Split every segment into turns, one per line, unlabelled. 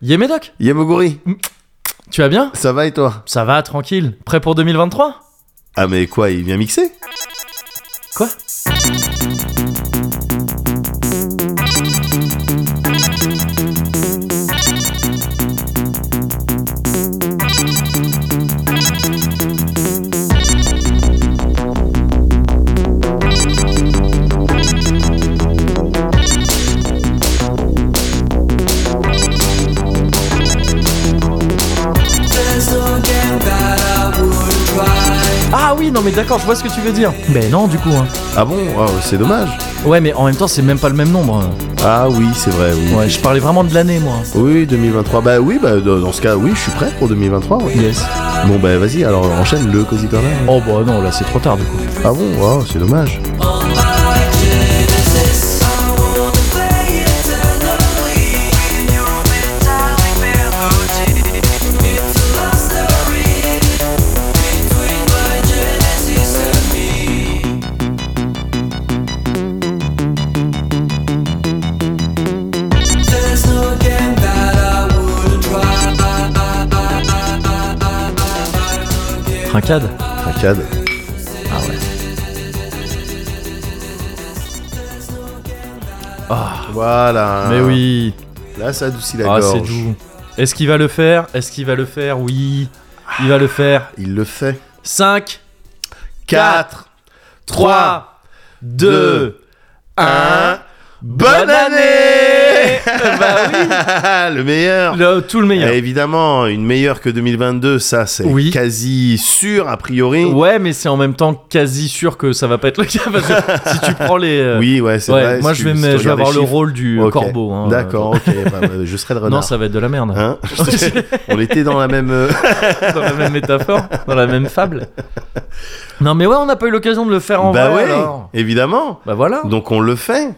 Yémédoc,
Yamoguri,
tu vas bien
ça va et toi
Ça va, tranquille. Prêt pour 2023
Ah mais quoi, il vient mixer
Quoi Ah oui, non mais d'accord, je vois ce que tu veux dire. Ben non, du coup. Hein.
Ah bon Oh, C'est dommage.
Ouais, mais en même temps, c'est même pas le même nombre. hein.
Ah oui, c'est vrai, oui.
Ouais, je parlais vraiment de l'année, moi.
Oui, 2023. Bah oui, bah dans dans ce cas, oui, je suis prêt pour 2023. ouais.
Yes.
Bon bah vas-y, alors enchaîne le Cozy Corner.
Oh bah non, là c'est trop tard du coup.
Ah bon Oh, c'est dommage.
Trincade
Trincade.
Ah ouais. Ah,
Voilà.
mais oui.
Là, ça adoucit la
Ah, c'est
gorge.
doux. Est-ce qu'il va le faire Est-ce qu'il va le faire Oui. Il va le faire.
Il le fait.
5,
Quatre,
4, 3, 2,
deux,
1.
Bonne
Bonne
année
année Bah
Le meilleur
Tout le meilleur.
Eh, Évidemment, une meilleure que 2022, ça c'est
Oui.
quasi sûr a priori.
Ouais, mais c'est en même temps quasi sûr que ça va pas être le cas. Parce que si tu prends les. euh,
Oui, ouais, c'est
ouais,
vrai.
moi
si
je vais,
tu- si
me-
tu
je vais
regardes
avoir
les
le
chiffres.
rôle du
Ok.
corbeau. hein.
D'accord, ok. bah, bah, je serai le renard.
Non, ça va être de la merde. hein,
Hein On était dans la même. euh,
dans la même métaphore, dans la même fable. Non, mais ouais, on n'a pas eu l'occasion de le faire en
bah
vrai.
ouais,
alors.
évidemment.
Bah voilà.
Donc on le fait.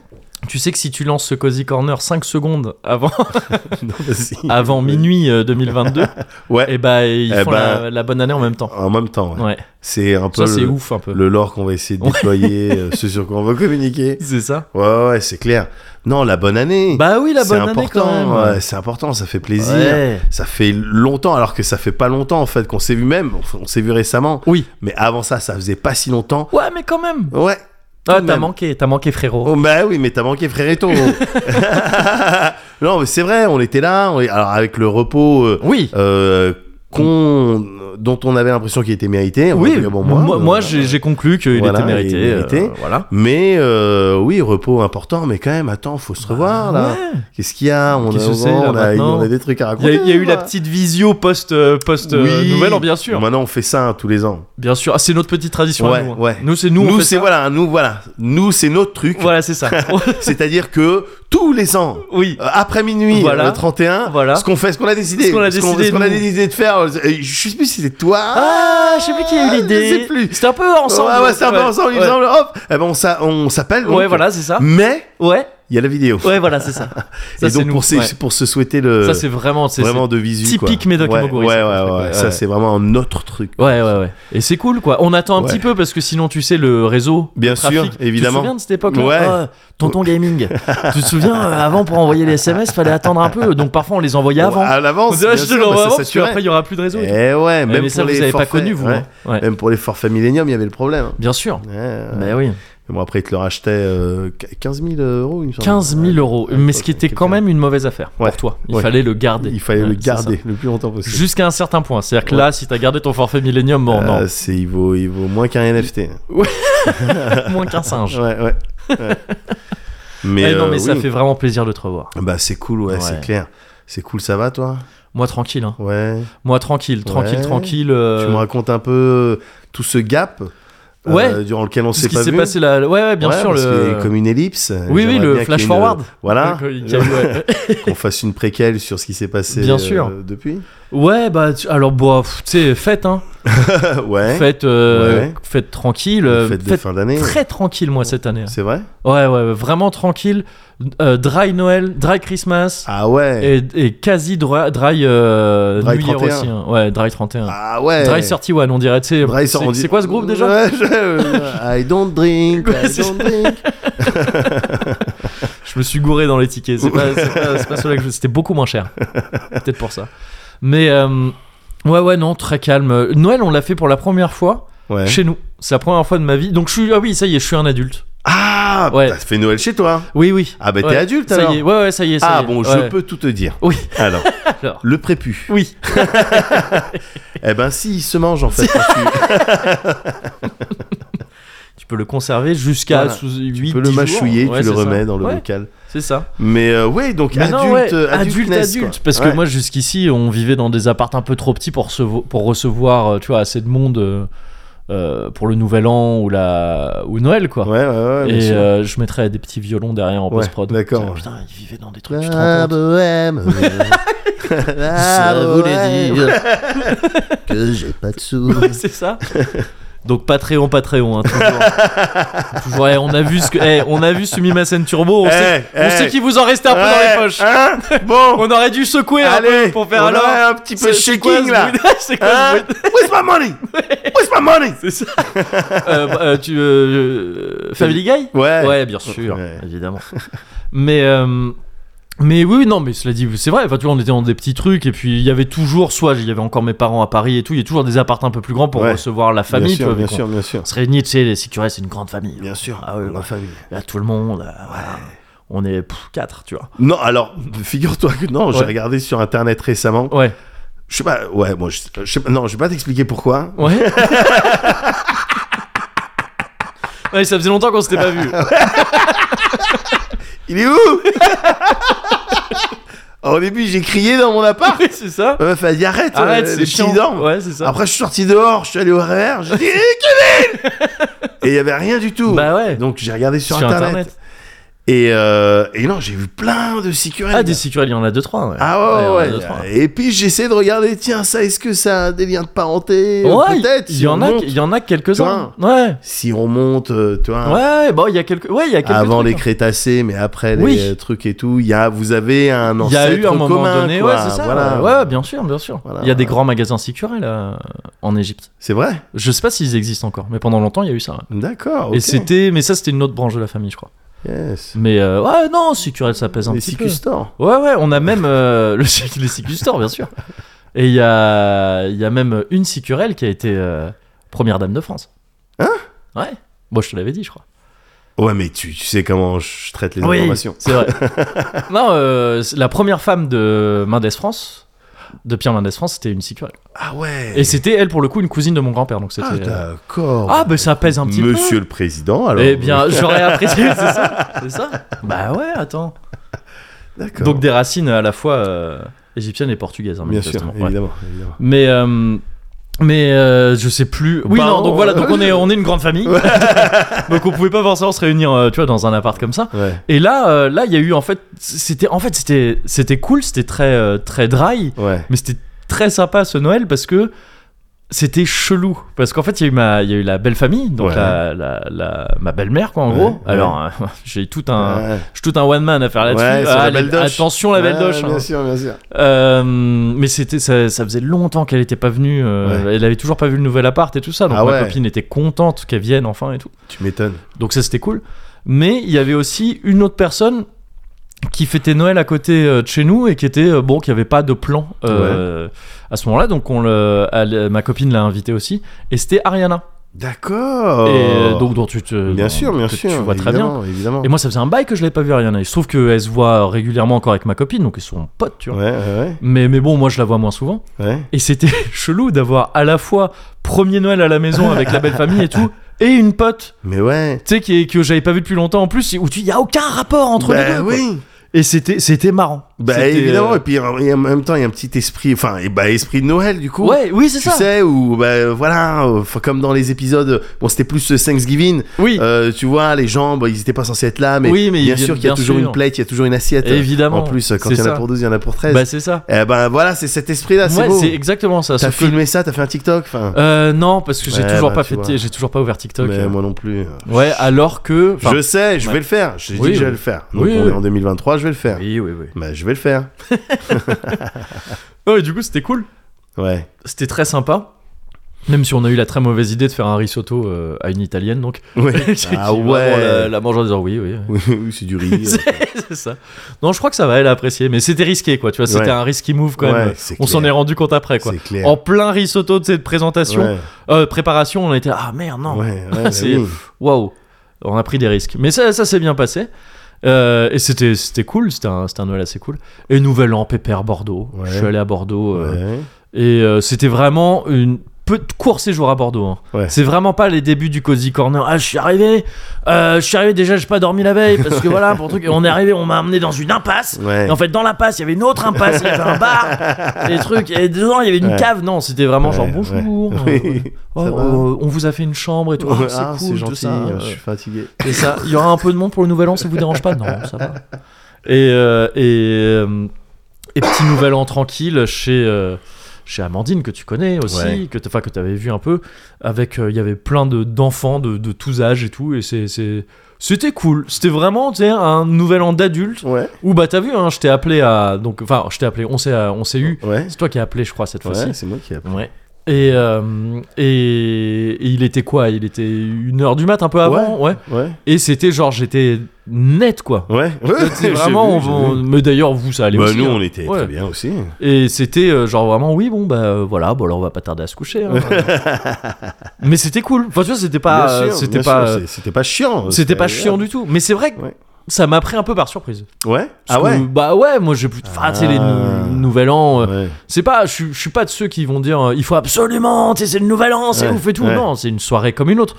Tu sais que si tu lances ce Cozy Corner 5 secondes avant,
Non, vas-y.
avant minuit euh, 2022,
Ouais.
et bah ils
Eh
font
ben-
la, la bonne année en même temps.
En même temps, ouais.
Ouais,
c'est un peu
ça c'est
le,
ouf un peu.
le lore qu'on va essayer de
Ouais.
déployer, euh, ce sur quoi on va communiquer.
C'est ça
Ouais, ouais, c'est clair. Non, la bonne année.
Bah oui, la
c'est
bonne année
important.
quand même.
ouais, c'est important. Ça fait plaisir.
Ouais.
Ça fait longtemps, alors que ça fait pas longtemps en fait qu'on s'est vu même. On, on s'est vu récemment,
Oui.
mais avant ça, ça faisait pas si longtemps.
Ouais, mais quand même.
Ouais.
Ah,
de
t'as
même.
manqué, t'as manqué frérot.
Oh, bah oui, mais t'as manqué Fréréto. non, mais c'est vrai, on était là. on est- Alors avec le repos. euh,
Oui.
euh, qu'on- dont on avait l'impression qu'il était mérité.
oui,
Enfin, bon,
moi,
euh,
moi, j'ai j'ai conclu qu'il
voilà,
était
il
mérité.
est mérité.
euh, voilà.
Mais euh, oui, repos important, mais quand même, attends, faut se revoir là.
Bah Ouais.
Qu'est-ce qu'il y a On
Qu'est-ce
a,
que c'est, là,
on, a,
maintenant
on a des trucs à
Il y
raconter.
a, il y a eu la
là.
petite visio post, euh, post euh,
Oui.
nouvelle, bien sûr.
Bon, maintenant, on fait ça hein, tous les ans.
Bien sûr, Ah, c'est notre petite tradition. à
Ouais,
nous, hein.
ouais.
nous c'est nous. on fait
c'est
ça.
voilà, nous voilà, nous c'est notre truc.
Voilà, c'est ça. Oh,
C'est-à-dire que tous les ans,
oui.
euh, après minuit,
Voilà.
euh, le 31,
Voilà.
ce qu'on fait, ce qu'on a décidé,
Ce qu'on a décidé,
ce qu'on a
nous.
décidé de faire. euh, Je sais plus si c'est toi.
Ah, je sais plus qui a eu l'idée.
Je sais plus.
C'était un peu ensemble.
ouais, ouais, c'est un peu
Ouais.
ensemble, il me
Ouais.
semble. Hop, eh ben on s'a- on s'appelle. donc.
Ouais, voilà, c'est ça.
Mais
Ouais,
il y a la vidéo.
ouais, voilà, c'est ça. Ça,
et
c'est
donc
nous.
pour, se-
Ouais.
pour se souhaiter le
Ça, c'est vraiment. c'est-
vraiment de visu
typique
quoi.
Médoc et
ouais,
Moguri,
ouais,
ça,
ouais,
ce truc,
ouais,
ouais,
ça
ouais.
c'est vraiment un autre truc
c'est- Ouais, ouais, ouais. Et c'est cool, quoi. On attend un
Ouais.
petit peu parce que sinon, tu sais, le réseau.
bien
le
sûr
trafic. Tu te
évidemment
souviens de cette époque là
Ouais.
Tonton Gaming. tu te souviens, euh, avant, pour envoyer les SMS, fallait attendre un peu. Donc parfois, on les envoyait avant.
à
on
l'avance
disait, ah,
bien
je te
sûr, bah,
l'envoie
ça
avant, parce
saturait.
qu'après, il y aura plus de réseau. et tout.
Eh ouais
Ouais,
même
mais ça,
pour
vous
les
avez pas
forfaits,
connu, vous.
ouais.
hein. Ouais.
même pour les forfaits Millennium il y avait le problème
Bien sûr.
Ouais, ouais.
Mais oui.
Mais bon après ils te le rachetaient euh, qu- 15 000 euros il me semble.
15 000 euros,
Ouais,
mais
ouais,
ce qui était
quelque
quand
chose.
même une mauvaise affaire
Ouais,
pour toi. Il
ouais.
fallait le garder.
il fallait
Ouais,
le
c'est ça.
garder le plus longtemps possible
Jusqu'à un certain point. C'est-à-dire que là, si t'as gardé ton forfait Millennium, bon,
Euh, c'est il vaut il vaut moins qu'un NFT
non,
Euh,
moins qu'un singe.
ouais ouais, ouais. mais
Eh non,
euh,
mais ça
oui.
fait vraiment plaisir de te revoir.
bah c'est cool ouais,
Ouais.
c'est clair c'est cool ça va toi
Moi, tranquille. hein.
ouais
Moi, tranquille, tranquille,
Ouais.
tranquille. euh,
Tu me racontes un peu euh, tout ce gap euh,
Ouais.
durant lequel on
Ce
s'est
qui
pas
s'est
vu.
passé là. Ouais, ouais, bien
Ouais,
sûr.
parce qu'il y
Le...
a comme une ellipse.
Oui, oui,
J'aimerais
le
bien
flash
qu'il y ait une- euh,
forward.
Voilà,
Il y a eu, ouais.
qu'on fasse une préquelle sur ce qui s'est passé
Bien
euh,
sûr.
depuis.
Ouais, bah, tu- alors, bah, pff, tu sais, fête, hein.
ouais,
Fête, euh,
Ouais.
fête tranquille.
la
euh,
fête de
fête
fin d'année.
très tranquille, moi, cette année. hein.
C'est vrai
Ouais, ouais, ouais, vraiment tranquille. Euh, dry Noël, dry Christmas.
Ah ouais
Et, et quasi dry, dry, euh,
Dry
New Year
31.
aussi. hein. Ouais, Dry 31.
Ah ouais
Dry 31, on dirait. tu sais,
Dry
c'est
sort- on dit-
c'est quoi ce groupe déjà
Ouais, je- I euh, don't drink,
Ouais,
I
c'est-
don't drink.
Je me suis gouré dans les tickets. C'est pas, c'est pas- c'est pas cela que je- C'était beaucoup moins cher. Peut-être pour ça. Mais euh, ouais, ouais, non, très calme. Euh, Noël, on l'a fait pour la première fois
Ouais.
chez nous. C'est la première fois de ma vie. Donc je suis. Ah oui, ça y est, je suis un adulte.
Ah,
Ouais.
t'as fait Noël chez toi.
Oui, oui.
Ah, bah
Ouais,
t'es adulte
ça
alors.
y est. Ouais, ouais, ça y est. ça
Ah
y est.
bon, je
Ouais.
peux tout te dire.
Oui.
Alors,
Alors.
le prépu.
Oui.
Eh ben si, il se mange en fait. quand tu-
Tu peux le conserver jusqu'à
Voilà.
8
tu peux le mâchouiller, tu le remets dans le bocal.
C'est ça.
Mais euh, ouais, donc
Mais
adulte,
Bah non, ouais,
euh,
adulte,
adultness,
adulte,
quoi.
parce
Ouais.
que moi jusqu'ici on vivait dans des appartes un peu trop petits pour, recevo- pour recevoir, euh, tu vois, assez de monde euh, euh, pour le Nouvel An ou la ou Noël quoi.
Ouais, ouais, ouais. bien
Et
sûr.
euh, je mettrais des petits violons derrière en
Ouais,
post prod.
d'accord.
Putain, ils vivaient dans des trucs. tu te
La
rends compte
bohème.
Ça
Ça
voulait dire.
que j'ai pas de sous.
Ouais, c'est ça. Donc Patreon, Patreon, hein, toujours. toujours eh, on a vu ce que, eh, on a vu Sumimasen Turbo. On,
Eh,
sait, on
eh.
sait qu'il vous en restait un peu
Ouais,
dans les poches.
hein bon,
On aurait dû secouer un
allez,
peu pour faire
on
alors.
aurait un petit
C'est-
peu
c'est quoi
shaking
ce
là.
bruit- C'est quoi ce
Hein
bruit
Where's my money? Where's my money?
C'est ça. Euh, bah, euh, tu, euh, euh, Family Guy
Ouais.
Ouais, bien sûr,
Ouais.
évidemment. Mais. euh, mais oui, oui, non, mais cela dit, c'est vrai. Enfin, tu vois, on était dans des petits trucs, et puis il y avait toujours, soit il y avait encore mes parents à Paris et tout, il y a toujours des appartements un peu plus grands pour
Ouais.
recevoir la famille. tu
bien sûr,
vois,
bien
vu qu'on-
sûr, bien sûr.
On se réunit, tu sais, les Sicurés, c'est une grande famille.
Bien sûr,
Ah ouais,
ma
ouais.
famille.
Là, tout le monde, euh, voilà. on est pff, quatre, tu vois.
Non, alors, figure-toi que non, j'ai
Ouais.
regardé sur internet récemment.
Ouais.
Je sais pas, ouais, moi, je, je sais pas, non, je vais pas t'expliquer pourquoi.
Ouais. ouais, ça faisait longtemps qu'on s'était pas vu.
Ah Il est où Au début, j'ai crié dans mon appart.
c'est ça.
Ma meuf a dit arrête,
Arrête,
euh,
c'est
les
chiant.
petits dorment.
Ouais, c'est ça.
Après, je suis sorti dehors, je suis allé au RER, j'ai dit Eh, Kevin Et il y avait rien du tout.
Bah ouais.
Donc j'ai regardé sur, internet.
Internet.
Et, euh, et non, j'ai vu plein de sicurés.
Ah, des Sicurés, il y en a 2-3. Ouais.
Ah
il y
ouais, ouais,
en a deux, trois.
Et puis j'essaie de regarder, tiens, ça, est-ce que ça a des liens de parenté
Ouais,
euh, Peut-être.
il
si
y,
on
en a,
monte.
il y en a quelques-uns. Ouais.
Si on monte, euh, tu vois,
Ouais, bon, il y a quelques. Ouais, il y a quelques.
avant les
trucs, hein.
Crétacés, mais après les
Oui.
euh, trucs et tout, il y a, vous avez un
hein. Il y
ancêtre
a eu un moment
commun,
donné,
quoi.
ouais, c'est ça.
Voilà.
Ouais, bien sûr, bien sûr.
Voilà.
Il y a des grands magasins Sicurés là en Égypte.
C'est vrai
Je sais pas s'ils existent encore, mais pendant longtemps il y a eu ça. ouais.
D'accord.
Et
Ah, ok.
c'était, mais ça c'était une autre branche de la famille, je crois.
Yes.
Mais euh, ouais, non, Sicurel ça pèse un
Les
petit peu.
Sicu Store.
Ouais, ouais, on a même euh, le cycle- les Sicu Store, bien sûr. Et il y a, il y a même une Sicurel qui a été euh, première dame de France.
Hein
Ouais. Moi, je te l'avais dit, je crois.
Ouais, mais tu, tu sais comment je traite les
Oui,
informations.
C'est vrai. non, euh, c'est la première femme de Mendès France, de Pierre Mendès France, c'était une Sicurel.
Ah ouais.
Et c'était, elle, pour le coup, une cousine de mon grand-père. Donc c'était.
Ah,
euh,
d'accord.
Ah, ben ça pèse un petit peu.
Monsieur le président, alors.
Eh bien, j'aurais apprécié, c'est ça, c'est ça Bah ouais, attends.
D'accord.
Donc des racines à la fois euh, égyptiennes et portugaises, hein,
bien sûr,
manifestement. Ouais.
évidemment. évidemment.
Mais euh, mais euh, je sais plus. Oui
Bah,
non, donc
on-
voilà, donc on est on est une grande famille. donc on pouvait pas forcément se réunir euh, tu vois dans un appart comme ça.
Ouais,
Et là euh, là il y a eu en fait c'était en fait c'était c'était cool, c'était très euh, très dry,
ouais.
mais c'était très sympa ce Noël parce que c'était chelou parce qu'en fait il y a eu ma il y a eu la belle famille donc
Ouais.
la, la- la- ma belle-mère quoi en
Ouais,
gros
ouais.
alors euh, j'ai tout un
Ouais.
j'ai tout un one man à faire là-dessus
Ouais, sur la
Ah, les-
belle doche.
attention la belle
Ouais,
doche
Bien
hein.
sûr, bien sûr.
Euh, mais c'était ça, ça faisait longtemps qu'elle n'était pas venue. euh, Elle avait toujours pas vu le nouvel appart et tout ça. Donc
Ah
ma
ouais.
copine était contente qu'elle vienne enfin et tout.
Tu m'étonnes.
Donc ça c'était cool. Mais il y avait aussi une autre personne qui fêtait Noël à côté euh, de chez nous et qui était euh, bon, qui avait pas de plan euh, à ce moment-là. Donc on le, elle- ma copine l'a invitée aussi. Et c'était Ariana.
D'accord.
Et euh, donc dont tu te
Oh. bien
dont-
sûr, bien
que
sûr.
tu vois très bien.
évidemment, Évidemment.
Et moi ça faisait un bail que je l'avais pas vu Ariana. Il se trouve qu'elle se voit régulièrement encore avec ma copine, donc ils sont potes, tu vois.
Ouais, ouais,
Mais mais bon, moi je la vois moins souvent.
ouais, ouais.
Et c'était chelou d'avoir à la fois premier Noël à la maison avec la belle famille et tout, et une pote,
Mais ouais.
tu sais, qui est- que j'avais pas vu depuis longtemps en plus, où tu y a aucun rapport entre les
bah
deux. quoi.
oui.
Et c'était c'était marrant.
Bah
C'était,
évidemment.
euh,
Et puis en, et en même temps, il y a un petit esprit, enfin, et bah esprit de Noël du coup.
Ouais, oui, c'est
Tu
ça.
sais, où, bah, voilà, euh, enfin, comme dans les épisodes, bon, c'était plus euh, Thanksgiving,
Oui,
euh, tu vois, les gens, bah, ils étaient pas censés être là, mais,
Oui, mais ils
bien
viennent-
sûr qu'il y a
bien
toujours
sûr.
une plaque, il y a toujours une assiette. euh,
Évidemment,
En plus, quand
c'est
il y en a
ça.
pour 12, il y en a pour 13.
bah c'est ça.
Eh ben voilà, c'est cet esprit-là, c'est
Ouais,
beau.
c'est exactement ça.
T'as
sauf que-
filmé ça, t'as fait un TikTok, enfin.
Euh, non, parce que j'ai
Ouais,
toujours
bah,
pas
tu
fait,
vois.
j'ai toujours pas ouvert TikTok.
mais
Euh,
moi non plus.
Ouais, alors que. enfin,
je sais, je
ouais.
vais le faire. J'ai
Oui,
dit que
oui.
j'allais le faire. Donc
Oui,
on
oui.
est en 2023, je vais le faire.
Oui, oui, oui.
Bah, je vais le faire.
Ouais, du coup, c'était cool.
Ouais.
C'était très sympa. Même si on a eu la très mauvaise idée de faire un risotto euh, à une italienne, donc.
Ouais.
Qui- qui va
Ah
voir euh, La,
ouais.
la manger en disant oui, oui. oui.
Oui, oui, c'est du riz. euh.
C'est c'est ça. Non, je crois que ça va, elle a apprécié. Mais c'était risqué, quoi. Tu vois, c'était
Ouais.
un risky move quand même.
Ouais, c'est
on s'en est
clair.
rendu compte après, quoi.
C'est clair.
En plein risotto de cette présentation,
Ouais,
euh, préparation, on a été ah merde non,
ouais, ouais, bah
C'est-
oui.
waouh, on a pris des risques. Mais ça, ça s'est bien passé. Euh, et c'était c'était cool, c'était un, c'était un Noël assez cool. Et Nouvel An, Pépère, Bordeaux.
Ouais.
Je suis allé à Bordeaux. euh,
Ouais.
et euh, c'était vraiment une peu court séjour à Bordeaux. hein.
Ouais.
C'est vraiment pas les débuts du cozy corner. Ah, je suis arrivé, euh, je suis arrivé déjà, j'ai pas dormi la veille parce que voilà, pour le truc, on est arrivé, on m'a amené dans une impasse.
Ouais.
Et en fait, dans l'impasse, il y avait une autre impasse, il y avait un bar, des trucs, et dedans, il y avait une
Ouais.
cave. Non, c'était vraiment genre
Ouais,
bonjour.
ouais.
euh, oh,
Oui, ça va
euh, on vous a fait une chambre et tout. Ah, c'est
Ah,
cool, tout
gentil,
ça.
euh,
euh,
je suis fatigué.
et ça, il y aura un peu de monde pour le nouvel an, ça vous dérange pas Non, ça va. Et, euh, et, euh, et petit nouvel an tranquille chez, euh, chez Amandine, que tu connais aussi,
Ouais.
que tu avais vu un peu. avec euh, Il y avait plein de- d'enfants de, de tous âges et tout. Et c'est- c'est- c'était cool. C'était vraiment tu sais, un nouvel an d'adulte.
Ouais,
Ou bah, t'as vu, hein, je t'ai appelé à. donc Enfin, je t'ai appelé, on s'est euh, on s'est eu.
ouais.
C'est toi qui as appelé, je crois, cette fois-ci.
Ouais, c'est moi qui ai appris.
Ouais. Et, euh, et, et il était quoi Il était une heure du mat, un peu avant, ouais.
Ouais,
Et c'était genre, j'étais net quoi.
ouais.
C'était vraiment,
J'ai vu,
on-
j'ai vu.
mais d'ailleurs, vous, ça allait
Bah,
aussi.
nous,
hein.
on était
Ouais.
très bien aussi.
Et c'était euh, genre vraiment, oui, bon, bah euh, voilà, bon, alors on va pas tarder à se coucher. hein. mais c'était cool. Enfin, tu vois, c'était pas.
Bien
euh,
sûr,
c'était
bien
pas.
sûr,
euh,
c'est- C'était pas chiant.
C'était pas chiant du tout. Mais c'est vrai que
Ouais.
ça m'a pris un peu par surprise.
tout. Ouais.
Parce
Ah
que,
ouais.
Bah ouais, moi j'ai plus. Enfin, tu sais, les
Ah.
nou- nouvel an. euh,
Ouais.
C'est pas, je, suis- je suis pas de ceux qui vont dire euh, il faut absolument, tu sais, c'est le nouvel an, c'est
Ouais,
ouf et tout.
ouais.
Non, c'est une soirée comme une autre.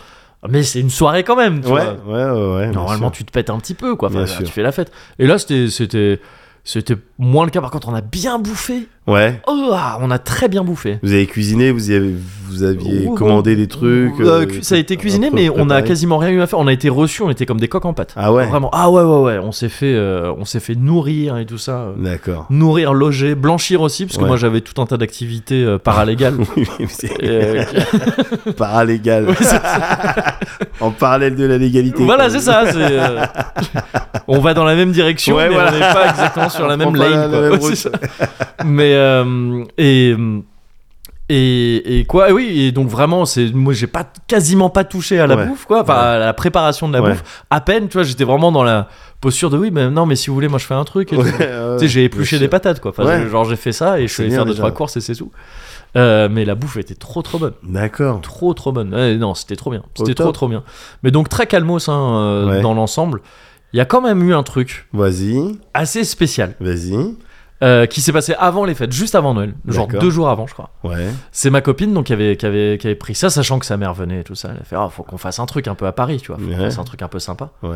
Mais c'est une soirée quand même, tu
Ouais,
vois.
ouais, ouais, ouais, bien
Normalement,
sûr.
tu te pètes un petit peu, quoi. Enfin,
Bien
là,
sûr.
tu fais la fête. Et là, c'était, c'était, c'était moins le cas. Par contre, on a bien bouffé.
Ouais.
Oh, ah, on a très bien bouffé.
Vous avez cuisiné, vous y avez, vous aviez
Oh,
commandé des trucs.
Euh,
euh,
cu- ça a été
un
cuisiné,
peu
mais on a
préparé.
quasiment rien eu à faire. On a été reçus, on était comme des coques en pâte.
Ah ouais.
Vraiment. Ah ouais, ouais, ouais. On s'est fait, euh, on s'est fait nourrir et tout ça. euh,
D'accord.
Nourrir, loger, blanchir aussi, parce que
Ouais.
moi j'avais tout un tas d'activités euh, paralégales.
Oui, mais c'est
Et, euh,
paralégal. en parallèle de la légalité.
voilà, c'est ça. c'est, euh, On va dans la même direction,
Ouais,
mais
voilà.
on n'est pas exactement sur la
On
même
prend pas la-
lane.
la
quoi.
même
Ouais,
route.
c'est ça. mais euh, et et et quoi et Oui, et donc vraiment, c'est moi, j'ai pas quasiment pas touché à la
Ouais.
bouffe, quoi. Enfin,
Ouais.
à la préparation de la
Ouais.
bouffe. À peine, tu vois, j'étais vraiment dans la posture de oui, mais non, mais si vous voulez, moi, je fais un truc. et tout.
Ouais, ouais,
Tu sais, j'ai
bien
épluché
sûr.
des patates, quoi. Enfin,
Ouais.
je- genre, j'ai fait ça et je suis
C'est
allé
bien,
faire deux
déjà.
trois courses et c'est tout. Euh, mais la bouffe était trop trop bonne
D'accord.
trop trop bonne. Ouais, non, c'était trop bien. C'était
Au
trop
top.
trop bien. Mais donc très calmos hein, euh,
Ouais.
dans l'ensemble. Il y a quand même eu un truc
Vas-y,
assez spécial
vas-y.
euh, qui s'est passé avant les fêtes, juste avant Noël, genre
D'accord.
deux jours avant, je crois.
Ouais.
C'est ma copine donc qui avait, qui, avait, qui avait pris ça, sachant que sa mère venait et tout ça. Elle a fait Ah, faut qu'on fasse un truc un peu à Paris, tu vois. Faut qu'on
Ouais.
fasse un truc un peu sympa.
Ouais.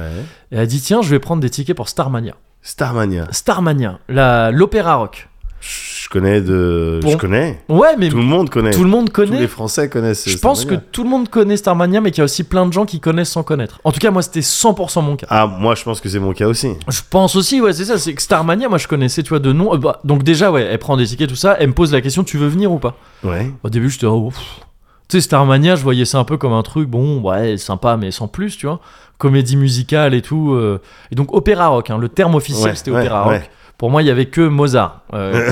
Et elle a dit Tiens, je vais prendre des tickets pour Starmania.
Starmania.
Starmania, la- l'opéra rock.
Je connais de.
Bon.
Je connais.
Ouais, mais tout,
Tout le monde connaît.
le monde
Tous
connaît.
les Français connaissent.
Je pense que
Starmania.
tout le monde connaît Starmania, mais qu'il y a aussi plein de gens qui connaissent sans connaître. En tout cas, moi, c'était 100% mon cas.
Ah, moi, je pense que c'est mon cas aussi.
Je pense aussi, ouais, c'est ça. C'est que Starmania, moi je connaissais, tu vois, de nom. Euh, bah, donc déjà, ouais, elle prend des tickets, tout ça. Elle me pose la question, tu veux venir ou pas
Ouais.
Au début, j'étais, oh, pff. tu sais, Starmania, je voyais ça un peu comme un truc, bon, ouais, sympa, mais sans plus, tu vois. Comédie musicale et tout. euh. Et donc opéra rock, hein, le terme officiel,
Ouais,
c'était
ouais,
opéra
ouais.
rock. Pour moi, il y avait que Mozart. euh,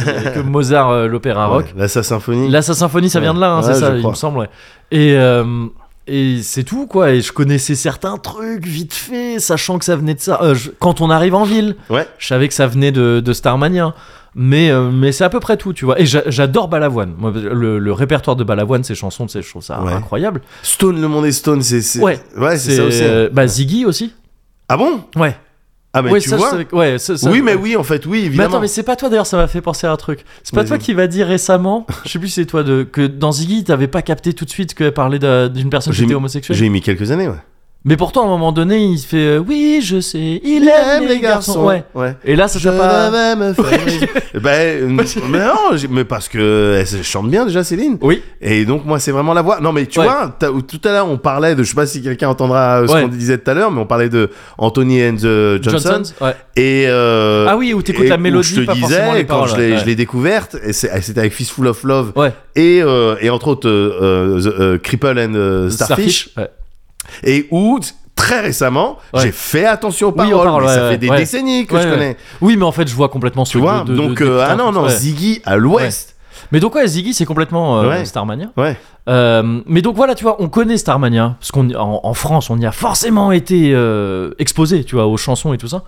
il y avait que Mozart, euh, l'opéra rock.
Ouais, Là, sa symphonie.
Là, sa symphonie, ça vient de là, hein,
Mm. Ouais,
c'est
je
ça, il
crois.
me semble. ouais. Et, euh, et c'est tout, quoi. Et je connaissais certains trucs vite fait, sachant que ça venait de ça. Euh, je- quand on arrive en ville,
Ouais.
je savais que ça venait de, de Starmania. Mais, euh, mais c'est à peu près tout, tu vois. Et j'a- j'adore Balavoine. Moi, le, le répertoire de Balavoine, ses chansons, tu sais, je trouve ça
Ouais.
incroyable.
Stone, le monde est Stone, c'est. c'est-
Ouais.
Ouais, c'est ça aussi.
euh, bah, Ziggy aussi.
Ah bon
Ouais.
Ah, mais
ouais,
tu
ça, je
vois.
savais que- ouais, ça- ça-
Oui, mais oui, en fait, oui,
Mais
évidemment.
attends, mais c'est pas toi d'ailleurs, ça m'a fait penser à un truc. C'est pas
Vas-y.
toi qui m'a dit récemment, je sais plus si c'est toi, de, que dans Ziggy, t'avais pas capté tout de suite qu'elle parlait d'un- d'une personne qui
J'ai
était
mis-
homosexuelle.
J'ai mis quelques années, ouais.
Mais pourtant, à un moment donné, il fait euh, Oui, je sais, il aime les garçons. Ouais.
Ouais.
Et là, ça
Je
t'a pas.
n'avais me fait- Ben, euh, mais non, j'ai- mais parce que elle se- chante bien déjà Céline.
Oui,
Et donc moi c'est vraiment la voix. Non mais tu
Ouais.
vois, t'as- tout à l'heure on parlait de, je sais pas si quelqu'un entendra euh, ce
Ouais.
qu'on disait tout à l'heure, mais on parlait de Anthony and the Johnson.
Johnson's, ouais.
Et euh,
Ah oui, où t'écoutes
et
la
où
mélodie,
je te
pas forcément
disais,
les paroles.
quand je l'ai,
ouais.
je l'ai découverte, et c'est- c'était avec Fistful of Love
Ouais.
et, euh, et entre autres euh, euh, The- euh, Cripple and euh, Starfish,
Ouais.
et où t- très récemment
Ouais.
j'ai fait attention aux
Oui, aux
paroles,
paroles,
mais ça
ouais,
fait
ouais,
des
ouais.
décennies que
Ouais,
je
ouais.
connais,
Oui, mais en fait, je vois complètement ce
tu
truc
vois.
de- de-
donc
de-
euh,
de-
ah non non
ouais.
Ziggy à l'Ouest,
Mais donc, ouais, Ziggy, c'est complètement euh,
Ouais.
Starmania.
Ouais.
Euh, mais donc voilà, tu vois, on connaît Starmania, parce qu'en en France, on y a forcément été euh, exposé, tu vois, aux chansons et tout ça.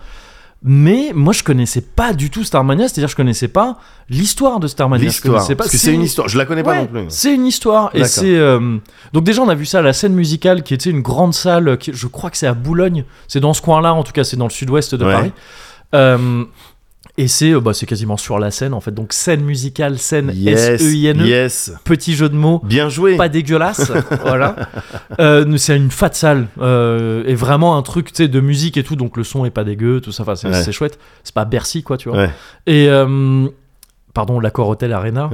Mais moi, je connaissais pas du tout Starmania, c'est-à-dire je connaissais pas l'histoire de Starmania. je
L'histoire.
connaissais pas-
Parce que c'est une histoire. Je la connais pas
Ouais,
non plus.
C'est une histoire. Et
D'accord.
c'est euh, donc déjà on a vu ça à la scène musicale qui était une grande salle. Qui, je crois que c'est à Boulogne. C'est dans ce coin-là, en tout cas, c'est dans le sud-ouest de
Ouais.
Paris. Euh, et c'est euh, bah, c'est quasiment sur la scène en fait. Donc scène musicale, scène E
Yes.
S-E-I-N-E.
Yes.
Petit jeu de mots.
Bien joué.
Pas dégueulasse, voilà. Euh, c'est une fat salle euh, et vraiment un truc, tu sais, de musique et tout. Donc le son est pas dégueu, tout ça. Enfin, c'est
Ouais.
c'est chouette. C'est pas Bercy, quoi, tu vois.
Ouais.
Et euh, pardon, l'accord Hotel Arena.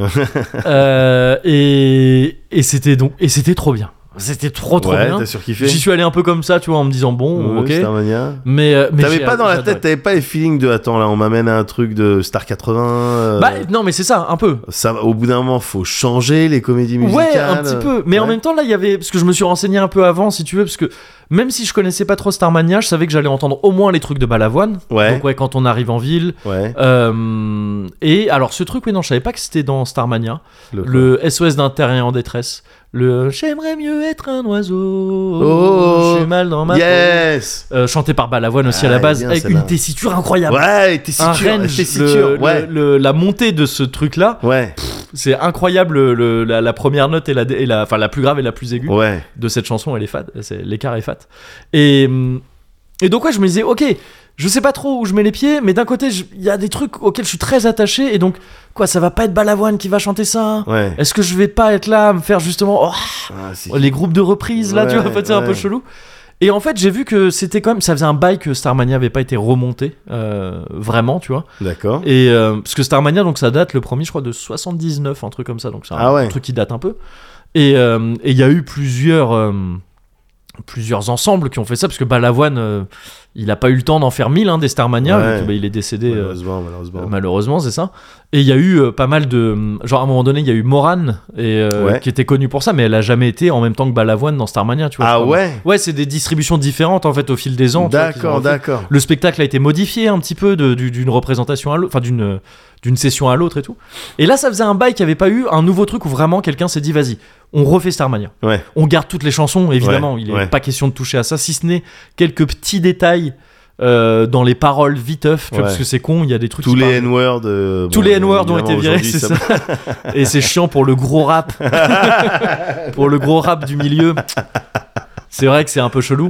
Euh, et et c'était donc et c'était trop bien. C'était trop trop
ouais,
bien.
t'as surkiffé.
J'y suis allé un peu comme ça, tu vois, en me disant bon,
Ouais,
ok.
Starmania.
Mais, euh, mais
T'avais
j'ai-
pas dans la
j'adorais.
tête, t'avais pas les feelings de attends là, on m'amène à un truc de Star 80. euh,
Bah non, mais c'est ça, un peu.
ça, va- au bout d'un moment, faut changer les comédies musicales.
Ouais, un
euh,
petit peu. Mais en même temps, là, il y avait. Parce que je me suis renseigné un peu avant, si tu veux, parce que même si je connaissais pas trop Starmania, je savais que j'allais entendre au moins les trucs de Balavoine.
Ouais.
Donc, ouais, quand on arrive en ville.
Ouais.
Euh, et alors, ce truc, oui, non, je savais pas que c'était dans Starmania. Le SOS d'un terrien en détresse. Le J'aimerais mieux être un oiseau.
Oh.
je suis mal dans ma.
Yes.
peau. Euh, chanté par Balavoine aussi à
Ah,
la
elle est
base,
bien,
avec
celle-là.
une tessiture incroyable.
Ouais, t'es si
Un
dur,
range,
t'es si
le-
dur,
le-
Ouais.
le- la montée de ce truc-là,
Ouais.
c'est incroyable le- la, la première note et la, et la, enfin, la plus grave et la plus aiguë
Ouais.
de cette chanson, elle est fat, c'est- l'écart est fat. Et, hum, et donc ouais, je me disais, ok, je sais pas trop où je mets les pieds, mais d'un côté, je- il y a des trucs auxquels je suis très attaché, et donc, quoi, ça va pas être Balavoine qui va chanter ça
Ouais.
Est-ce que je vais pas être là à me faire justement oh,
Ah, c'est-
les groupes de reprises là, tu vois,
Ouais,
en fait, c'est un
ouais.
peu chelou. Et en fait, j'ai vu que c'était quand même, ça faisait un bail que Starmania avait pas été remonté, euh, vraiment, tu vois.
D'accord.
Et euh, parce que Starmania, donc ça date le premier, je crois, de 79, un truc comme ça, donc c'est un
Ah ouais.
truc qui date un peu. Et euh, et il y a eu plusieurs euh, plusieurs ensembles qui ont fait ça, parce que Balavoine, euh, il a pas eu le temps d'en faire mille hein, des Starmania,
Ouais.
vu que, bah, il est décédé. euh,
Malheureusement, malheureusement.
euh, Malheureusement, c'est ça. Et il y a eu euh, pas mal de. Genre, à un moment donné, il y a eu Morane, et, euh,
Ouais.
qui était connue pour ça, mais elle a jamais été en même temps que Balavoine dans Starmania, tu vois. je
Ah
crois.
ouais.
Ouais, c'est des distributions différentes, en fait, au fil des ans. tu vois, qu'ils ont
D'accord,
refait.
d'accord.
Le spectacle a été modifié un petit peu de- du- d'une représentation à l'autre, enfin d'une d'une session à l'autre et tout. Et là, ça faisait un bail qu'il n'y avait pas eu un nouveau truc où vraiment quelqu'un s'est dit vas-y, on refait Starmania.
Ouais.
On garde toutes les chansons, évidemment.
Ouais,
Il n'est
ouais.
pas question de toucher à ça, si ce n'est quelques petits détails euh, dans les paroles viteuf, tu vois,
Ouais.
parce que c'est con, il y a des trucs.
Tous
qui
les
parlent-
N-words. euh,
tous
bon,
les N-words ont été
évidemment,
virés,
aujourd'hui,
c'est ça. Et c'est chiant pour le gros rap. pour le gros rap du milieu. C'est vrai que c'est un peu chelou.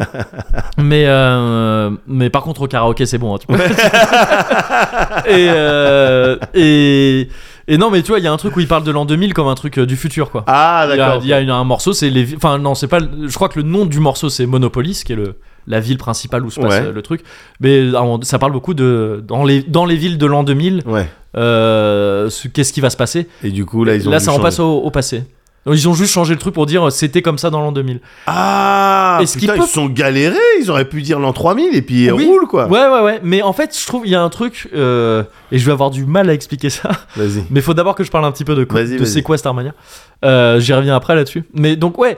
Mais, euh, mais par contre, au karaoké, c'est bon. hein, tu peux- et, euh, et, et non, mais tu vois, il y a un truc où il parle de l'an 2000 comme un truc euh, du futur, quoi.
Ah
Il y a,
d'accord.
il y a une- un morceau, c'est les. vi- Enfin, non, c'est pas. le- Je crois que le nom du morceau, c'est Monopolis, qui est le, la ville principale où se passe
Ouais.
euh, le truc. Mais euh, ça parle beaucoup de. Dans les, dans les villes de l'an 2000,
Ouais.
euh, ce- qu'est-ce qui va se passer
Et du coup là ils ont.
Là,
dû
ça en
changer.
passe au, au passé. Donc, ils ont juste changé le truc pour dire euh, c'était comme ça dans l'an 2000.
Ah
Est-ce
putain,
qu'ils peuvent-
ils sont galérés, ils auraient pu dire l'an 3000 et puis ils
Oui.
roulent quoi.
Ouais, ouais, ouais. Mais en fait, je trouve il y a un truc, euh, et je vais avoir du mal à expliquer ça.
Vas-y.
Mais faut d'abord que je parle un petit peu de, co-
Vas-y,
de
vas-y.
c'est quoi Starmania. Euh, J'y reviens après là-dessus. Mais donc, ouais.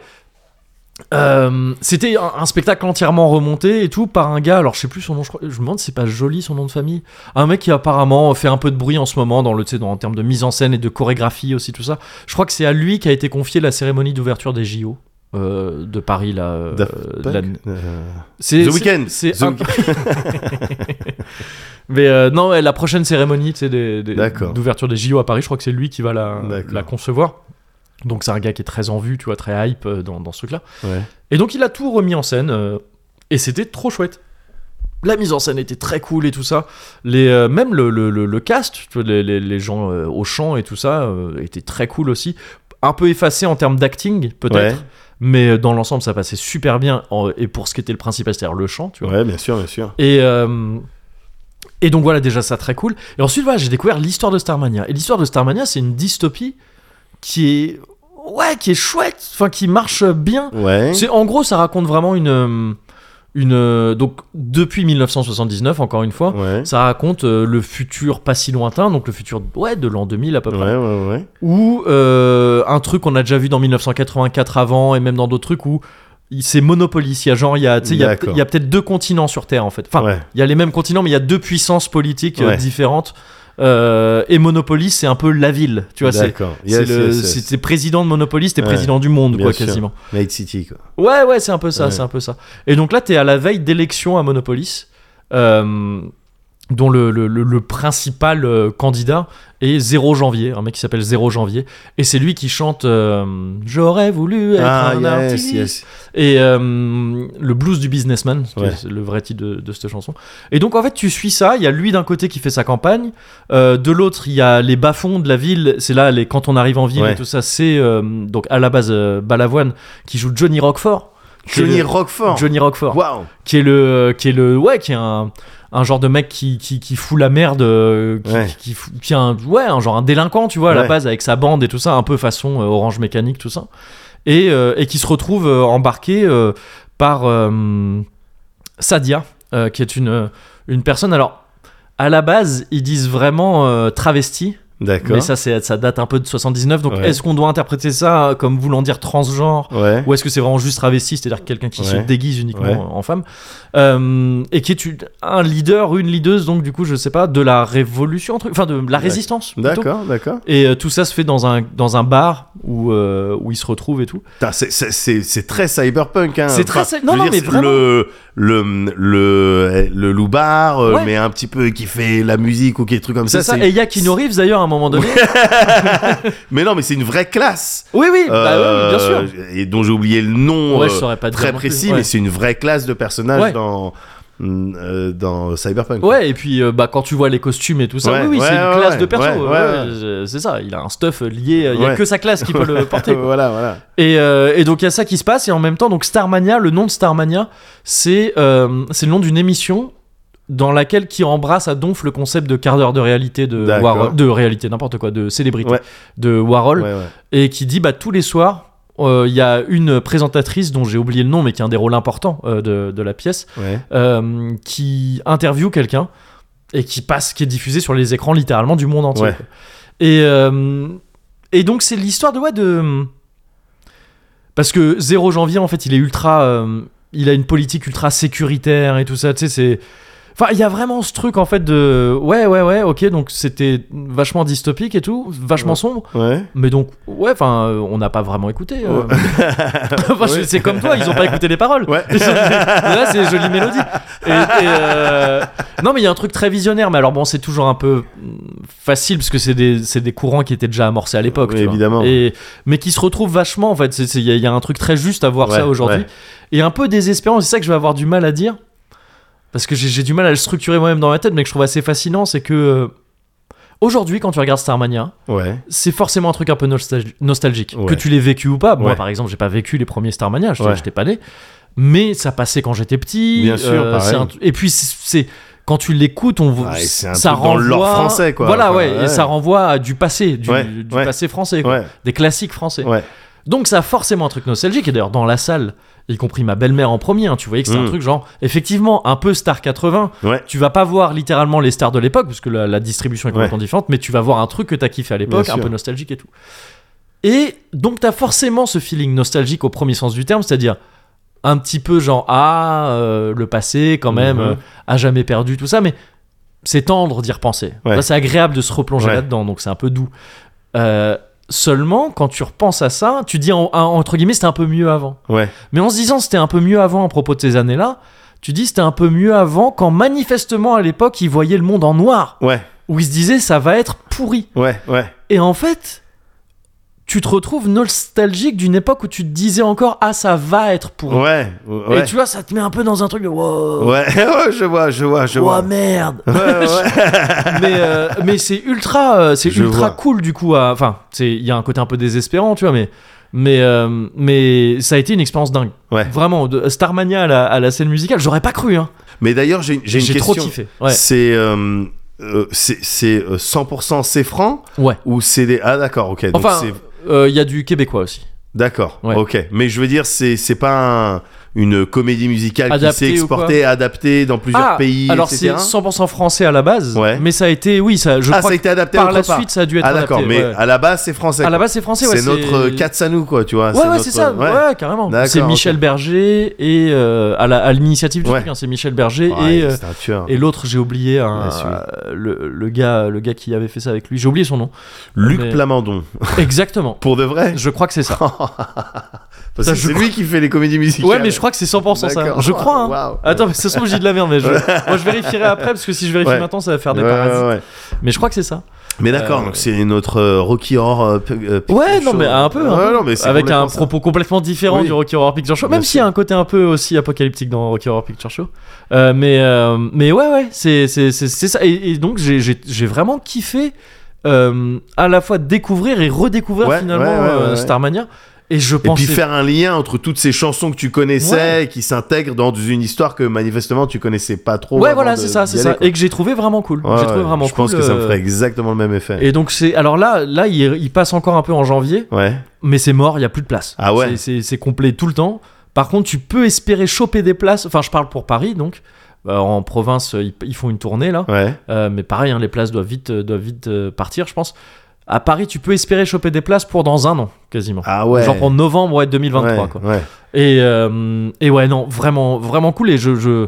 euh, c'était un, un spectacle entièrement remonté et tout par un gars alors je sais plus son nom je, crois- je me demande si c'est pas joli son nom de famille un mec qui apparemment fait un peu de bruit en ce moment dans le tu sais, dans- en termes de mise en scène et de chorégraphie aussi tout ça je crois que c'est à lui qu'a été confiée la cérémonie d'ouverture des JO euh, de Paris là euh,
Daft
euh,
Punk,
l'année-
euh,
c'est-
The
c'est-
Weeknd.
c'est
The
un-
Weeknd.
Mais euh, non, ouais, la prochaine cérémonie tu sais, des- des-
D'accord.
d'ouverture des JO à Paris, je crois que c'est lui qui va la,
D'accord.
la concevoir. Donc c'est un gars qui est très en vue, tu vois, très hype euh, dans, dans ce truc-là.
Ouais.
Et donc il a tout remis en scène euh, et c'était trop chouette. La mise en scène était très cool et tout ça. Les, euh, même le, le- le- le cast, tu vois, les, les- les gens euh, au chant et tout ça, euh, étaient très cool aussi. Un peu effacé en termes d'acting, peut-être.
Ouais.
Mais euh, dans l'ensemble, ça passait super bien. en- et pour ce qui était le principal, c'est-à-dire le chant, tu vois.
Ouais, bien sûr, bien sûr.
Et, euh, et donc voilà, déjà ça très cool. Et ensuite, voilà, j'ai découvert l'histoire de Starmania. Et l'histoire de Starmania, c'est une dystopie qui est. Ouais, qui est chouette, enfin qui marche bien.
Ouais.
C'est En gros, ça raconte vraiment une. euh, une euh, donc, depuis 1979, encore une fois,
Ouais.
ça raconte euh, le futur pas si lointain, donc le futur ouais, de l'an 2000 à peu
Ouais,
près.
ouais, ouais.
Ou euh, un truc qu'on a déjà vu dans 1984 avant, et même dans d'autres trucs où. il- C'est Monopoly, il y a genre, il y a, tu sais, il y a,
D'accord.
il y a peut-être deux continents sur Terre en fait. Enfin,
ouais.
il y a les mêmes continents, mais il y a deux puissances politiques euh,
Ouais.
différentes Euh, et Monopoly, c'est un peu la ville, tu vois. C'est
D'accord.
c'est
Yes,
le-
yes, yes.
si t'es président de Monopoly, c'est t'es
Ouais,
président du monde,
bien
quoi,
sûr.
quasiment.
Night City, quoi.
Ouais, ouais, c'est un peu ça,
Ouais.
c'est un peu ça. Et donc là, t'es à la veille d'élections à Monopolis, euh, dont le, le- le- le principal euh, candidat est 0 janvier, un mec qui s'appelle 0 janvier, et c'est lui qui chante euh, J'aurais voulu être
Ah,
un
yes,
artiste.
yes.
Et euh, le blues du businessman, qui
Ouais.
est le vrai titre de, de cette chanson. Et donc en fait, tu suis ça. Il y a lui d'un côté qui fait sa campagne, euh, de l'autre il y a les bas-fonds de la ville. C'est là les quand on arrive en ville
Ouais.
et tout ça. C'est euh, donc à la base euh, Balavoine qui joue Johnny Rockford. qui est
Johnny
le-
Rockfort.
Johnny Rockford,
Wow.
qui est le, qui est le, ouais, qui est un, un genre de mec qui, qui, qui fout la merde, euh, qui,
Ouais.
qui, qui fout- qui est un, ouais, un genre un délinquant, tu vois, à la
Ouais.
base avec sa bande et tout ça, un peu façon euh, Orange Mécanique, tout ça, et, euh, et qui se retrouve euh, embarqué euh, par euh, Sadia, euh, qui est une, une personne. Alors. À la base, ils disent vraiment euh, travesti, mais
D'accord.
ça, c'est- ça date un peu de 79. Donc,
Ouais.
est-ce qu'on doit interpréter ça comme voulant dire transgenre
Ouais.
ou est-ce que c'est vraiment juste travesti, c'est-à-dire quelqu'un qui se
Ouais.
déguise uniquement
Ouais.
en femme Euh, et qui est une- un leader, une leaduse, donc du coup, je sais pas, de la révolution, un truc- enfin de la
Ouais.
résistance. plutôt.
D'accord, d'accord.
Et euh, tout ça se fait dans un, dans un bar où, euh, où ils se retrouvent et tout.
Putain, c'est- c'est- C'est c'est très cyberpunk. Hein.
C'est très
Enfin,
cy- non,
je veux
non,
dire,
mais
c'est Le, le, le, le loupard, euh,
Ouais.
mais un petit peu qui fait la musique ou qui est truc comme
C'est ça.
ça. c'est-
Et il y a Keanu Reeves d'ailleurs à un moment donné.
Mais non, mais c'est une vraie classe.
oui, oui, bah,
Euh,
oui, bien sûr.
Et dont j'ai oublié le nom
Ouais,
euh,
je saurais pas te
très
dire non plus,
précis,
ouais.
mais c'est une vraie classe de personnages
Ouais.
dans, euh, dans cyberpunk.
Ouais, et puis euh, bah, quand tu vois les costumes et tout ça,
Ouais,
oui, oui,
ouais,
c'est une
ouais,
classe
ouais,
de perso.
ouais, ouais,
euh, C'est ça, il a un stuff lié, euh, il y a
Ouais.
que sa classe qui peut le porter. quoi.
voilà, voilà.
Et, euh, et donc il y a ça qui se passe et en même temps donc Starmania, le nom de Starmania, c'est euh, c'est le nom d'une émission dans laquelle qui embrasse à donf le concept de quart d'heure de réalité de
D'accord.
Warhol, de réalité n'importe quoi de célébrité
Ouais.
de Warhol
Ouais, ouais.
et qui dit bah tous les soirs euh, il y a une présentatrice dont j'ai oublié le nom mais qui a un des rôles importants euh, de, de la pièce
Ouais.
euh, qui interviewe quelqu'un et qui passe, qui est diffusé sur les écrans littéralement du monde entier.
Ouais.
quoi. Et, euh, et donc c'est l'histoire de ouais de parce que 0 janvier en fait il est ultra, euh, il a une politique ultra sécuritaire et tout ça. Tu sais c'est Enfin, il y a vraiment ce truc en fait de ouais, ouais, ouais, ok, donc c'était vachement dystopique et tout, vachement
Ouais.
sombre,
Ouais.
mais donc ouais, enfin, euh, on n'a pas vraiment écouté. euh.
Ouais.
Enfin, je-
Ouais.
C'est comme toi, ils ont pas écouté les paroles.
Ouais.
Et là, c'est jolie mélodie. Et- et, euh, Non, mais il y a un truc très visionnaire. Mais alors, bon, c'est toujours un peu mm, facile parce que c'est des, c'est des courants qui étaient déjà amorcés à l'époque.
Oui,
tu vois.
évidemment.
Et, mais qui se retrouvent vachement, en fait. C'est- c'est- Il y, a- il y a un truc très juste à voir
Ouais,
ça aujourd'hui.
ouais.
Et un peu désespérant, c'est ça que je vais avoir du mal à dire. Parce que j'ai j'ai du mal à le structurer moi-même dans ma tête, mais que je trouve assez fascinant, c'est que euh, aujourd'hui, quand tu regardes Starmania,
Ouais.
c'est forcément un truc un peu nostalgi- nostalgique.
Ouais.
Que tu l'aies vécu ou pas. Moi,
Ouais.
par exemple, j'ai pas vécu les premiers Starmania, je
Ouais.
j'étais pas né. Mais ça passait quand j'étais petit. euh,
Bien sûr, pareil.
c'est un t- Et puis, c'est- c'est. Quand tu l'écoutes, on voit
Ouais, c'est un
ça
truc dans
renvoie
l'or français, quoi.
Voilà,
Enfin,
ouais,
ouais.
et ça renvoie à du passé, du,
Ouais,
du
ouais.
passé français, quoi.
Ouais.
des classiques français.
Ouais.
Donc ça a forcément un truc nostalgique. Et d'ailleurs, dans la salle, y compris ma belle-mère en premier, hein, tu voyais que c'était
Mm.
un truc genre, effectivement, un peu Star 80.
Ouais.
Tu vas pas voir littéralement les stars de l'époque, parce que la, la distribution est
Ouais.
complètement différente, mais tu vas voir un truc que t'as kiffé à l'époque,
Bien
un
sûr.
peu nostalgique et tout. Et donc t'as forcément ce feeling nostalgique au premier sens du terme, c'est-à-dire un petit peu genre, ah, euh, le passé quand même,
Mhm.
euh, à jamais perdu, tout ça, mais c'est tendre d'y repenser.
Ouais.
Là, c'est agréable de se replonger
Ouais.
là-dedans, donc c'est un peu doux. Euh, seulement, quand tu repenses à ça, tu dis en- en- entre guillemets, c'était un peu mieux avant.
Ouais.
Mais en se disant c'était un peu mieux avant à propos de ces années-là, tu dis c'était un peu mieux avant quand manifestement à l'époque ils voyaient le monde en noir,
Ouais.
où ils se disaient ça va être pourri.
Ouais. Ouais.
Et en fait, tu te retrouves nostalgique d'une époque où tu te disais encore ah ça va être pourri.
Ouais. Ouais.
Et tu vois, ça te met un peu dans un truc de wow,
Ouais, ouais, je vois, je vois, je
wow,
vois.
merde.
Ouais, ouais.
mais euh, mais c'est ultra euh, c'est
Je
ultra
vois.
cool du coup à- enfin c'est il y a un côté un peu désespérant tu vois mais mais euh, mais ça a été une expérience dingue
Ouais.
vraiment de Starmania à la, à la scène musicale j'aurais pas cru hein
Mais d'ailleurs, j'ai j'ai une
j'ai
question.
trop kiffé ouais
C'est euh, euh, c'est c'est, euh, 100% c'est franc
ouais
ou c'est des ah d'accord, OK. Donc
enfin
c'est
euh, il y a du québécois aussi
d'accord.
Ouais.
OK. Mais je veux dire c'est c'est pas un une comédie musicale qui
Adaptée
s'est
ou
exportée, adaptée dans plusieurs
Ah,
pays,
alors c'est
etc.
100% français à la base,
Ouais.
mais ça a été, oui, ça, je
ah, ça
crois
a
que
été adapté
par
autre
la
part.
suite ça a dû être
Ah d'accord,
adapté,
mais
ouais.
à la base c'est français.
à la
quoi.
base c'est français, ouais,
c'est notre euh, Katsanou quoi, tu vois.
Ouais, ouais, c'est ça,
notre-
ouais,
ouais.
carrément.
D'accord,
C'est Michel
ok.
Berger et euh, à la- à l'initiative du
Ouais.
truc, hein, c'est Michel Berger
Ouais,
et, euh,
c'est un tueur.
et l'autre, j'ai oublié hein,
Ouais, celui-là.
euh, le, le gars, le gars qui avait fait ça avec lui, j'ai oublié son nom.
Luc
mais-
Plamondon.
Exactement.
Pour de vrai
Je crois que c'est ça.
Parce
Ça,
que
je
c'est lui qui fait les comédies musicales.
Ouais, mais je crois que c'est 100% ça.
D'accord.
Je crois. hein.
Waouh.
Attends, mais ça se trouve, je dis de la merde, mais je, moi, je vérifierai après parce que si je vérifie
Ouais.
maintenant, ça va faire des
Ouais,
parasites.
ouais, ouais.
Mais je crois que c'est ça.
Mais d'accord,
Euh,
donc c'est notre euh, Rocky Horror. euh, p- euh, Picture
Ouais, non,
Show.
mais un peu. un
Ouais,
peu.
non, mais c'est
Avec un
complètement ça.
propos complètement différent
Oui.
du Rocky Horror Picture Show,
Bien
même s'il y a un côté un peu aussi apocalyptique dans Rocky Horror Picture Show. Euh, mais, euh, mais ouais, ouais, c'est c'est- c'est- c'est ça. Et, et donc, j'ai- j'ai j'ai vraiment kiffé euh, à la fois découvrir et redécouvrir
Ouais,
finalement
ouais, ouais,
euh,
ouais, ouais.
Starmania. Et je
Et puis
pensais.
faire un lien entre toutes ces chansons que tu connaissais
Ouais.
et qui s'intègrent dans une histoire que manifestement tu connaissais pas trop.
ouais,
avant
voilà,
de-
c'est ça, c'est
d'y
ça.
aller, quoi.
Et que j'ai trouvé vraiment cool.
Ouais,
j'ai trouvé
ouais,
vraiment
Je
cool.
pense que ça me
euh,
ferait exactement le même effet.
Et donc c'est alors là là il, il passe encore un peu en janvier
Ouais.
mais c'est mort il y a plus de place
Ah ouais.
C'est- c'est c'est complet tout le temps par contre tu peux espérer choper des places enfin je parle pour Paris donc Euh, en province ils, ils font une tournée là
Ouais.
Euh, mais pareil hein, les places doivent vite euh, doivent vite euh, partir je pense à Paris tu peux espérer choper des places pour dans un an quasiment
Ah ouais.
genre pour novembre ouais 2023
ouais,
quoi
ouais.
et, euh, et ouais, non, vraiment, vraiment cool. Et je, je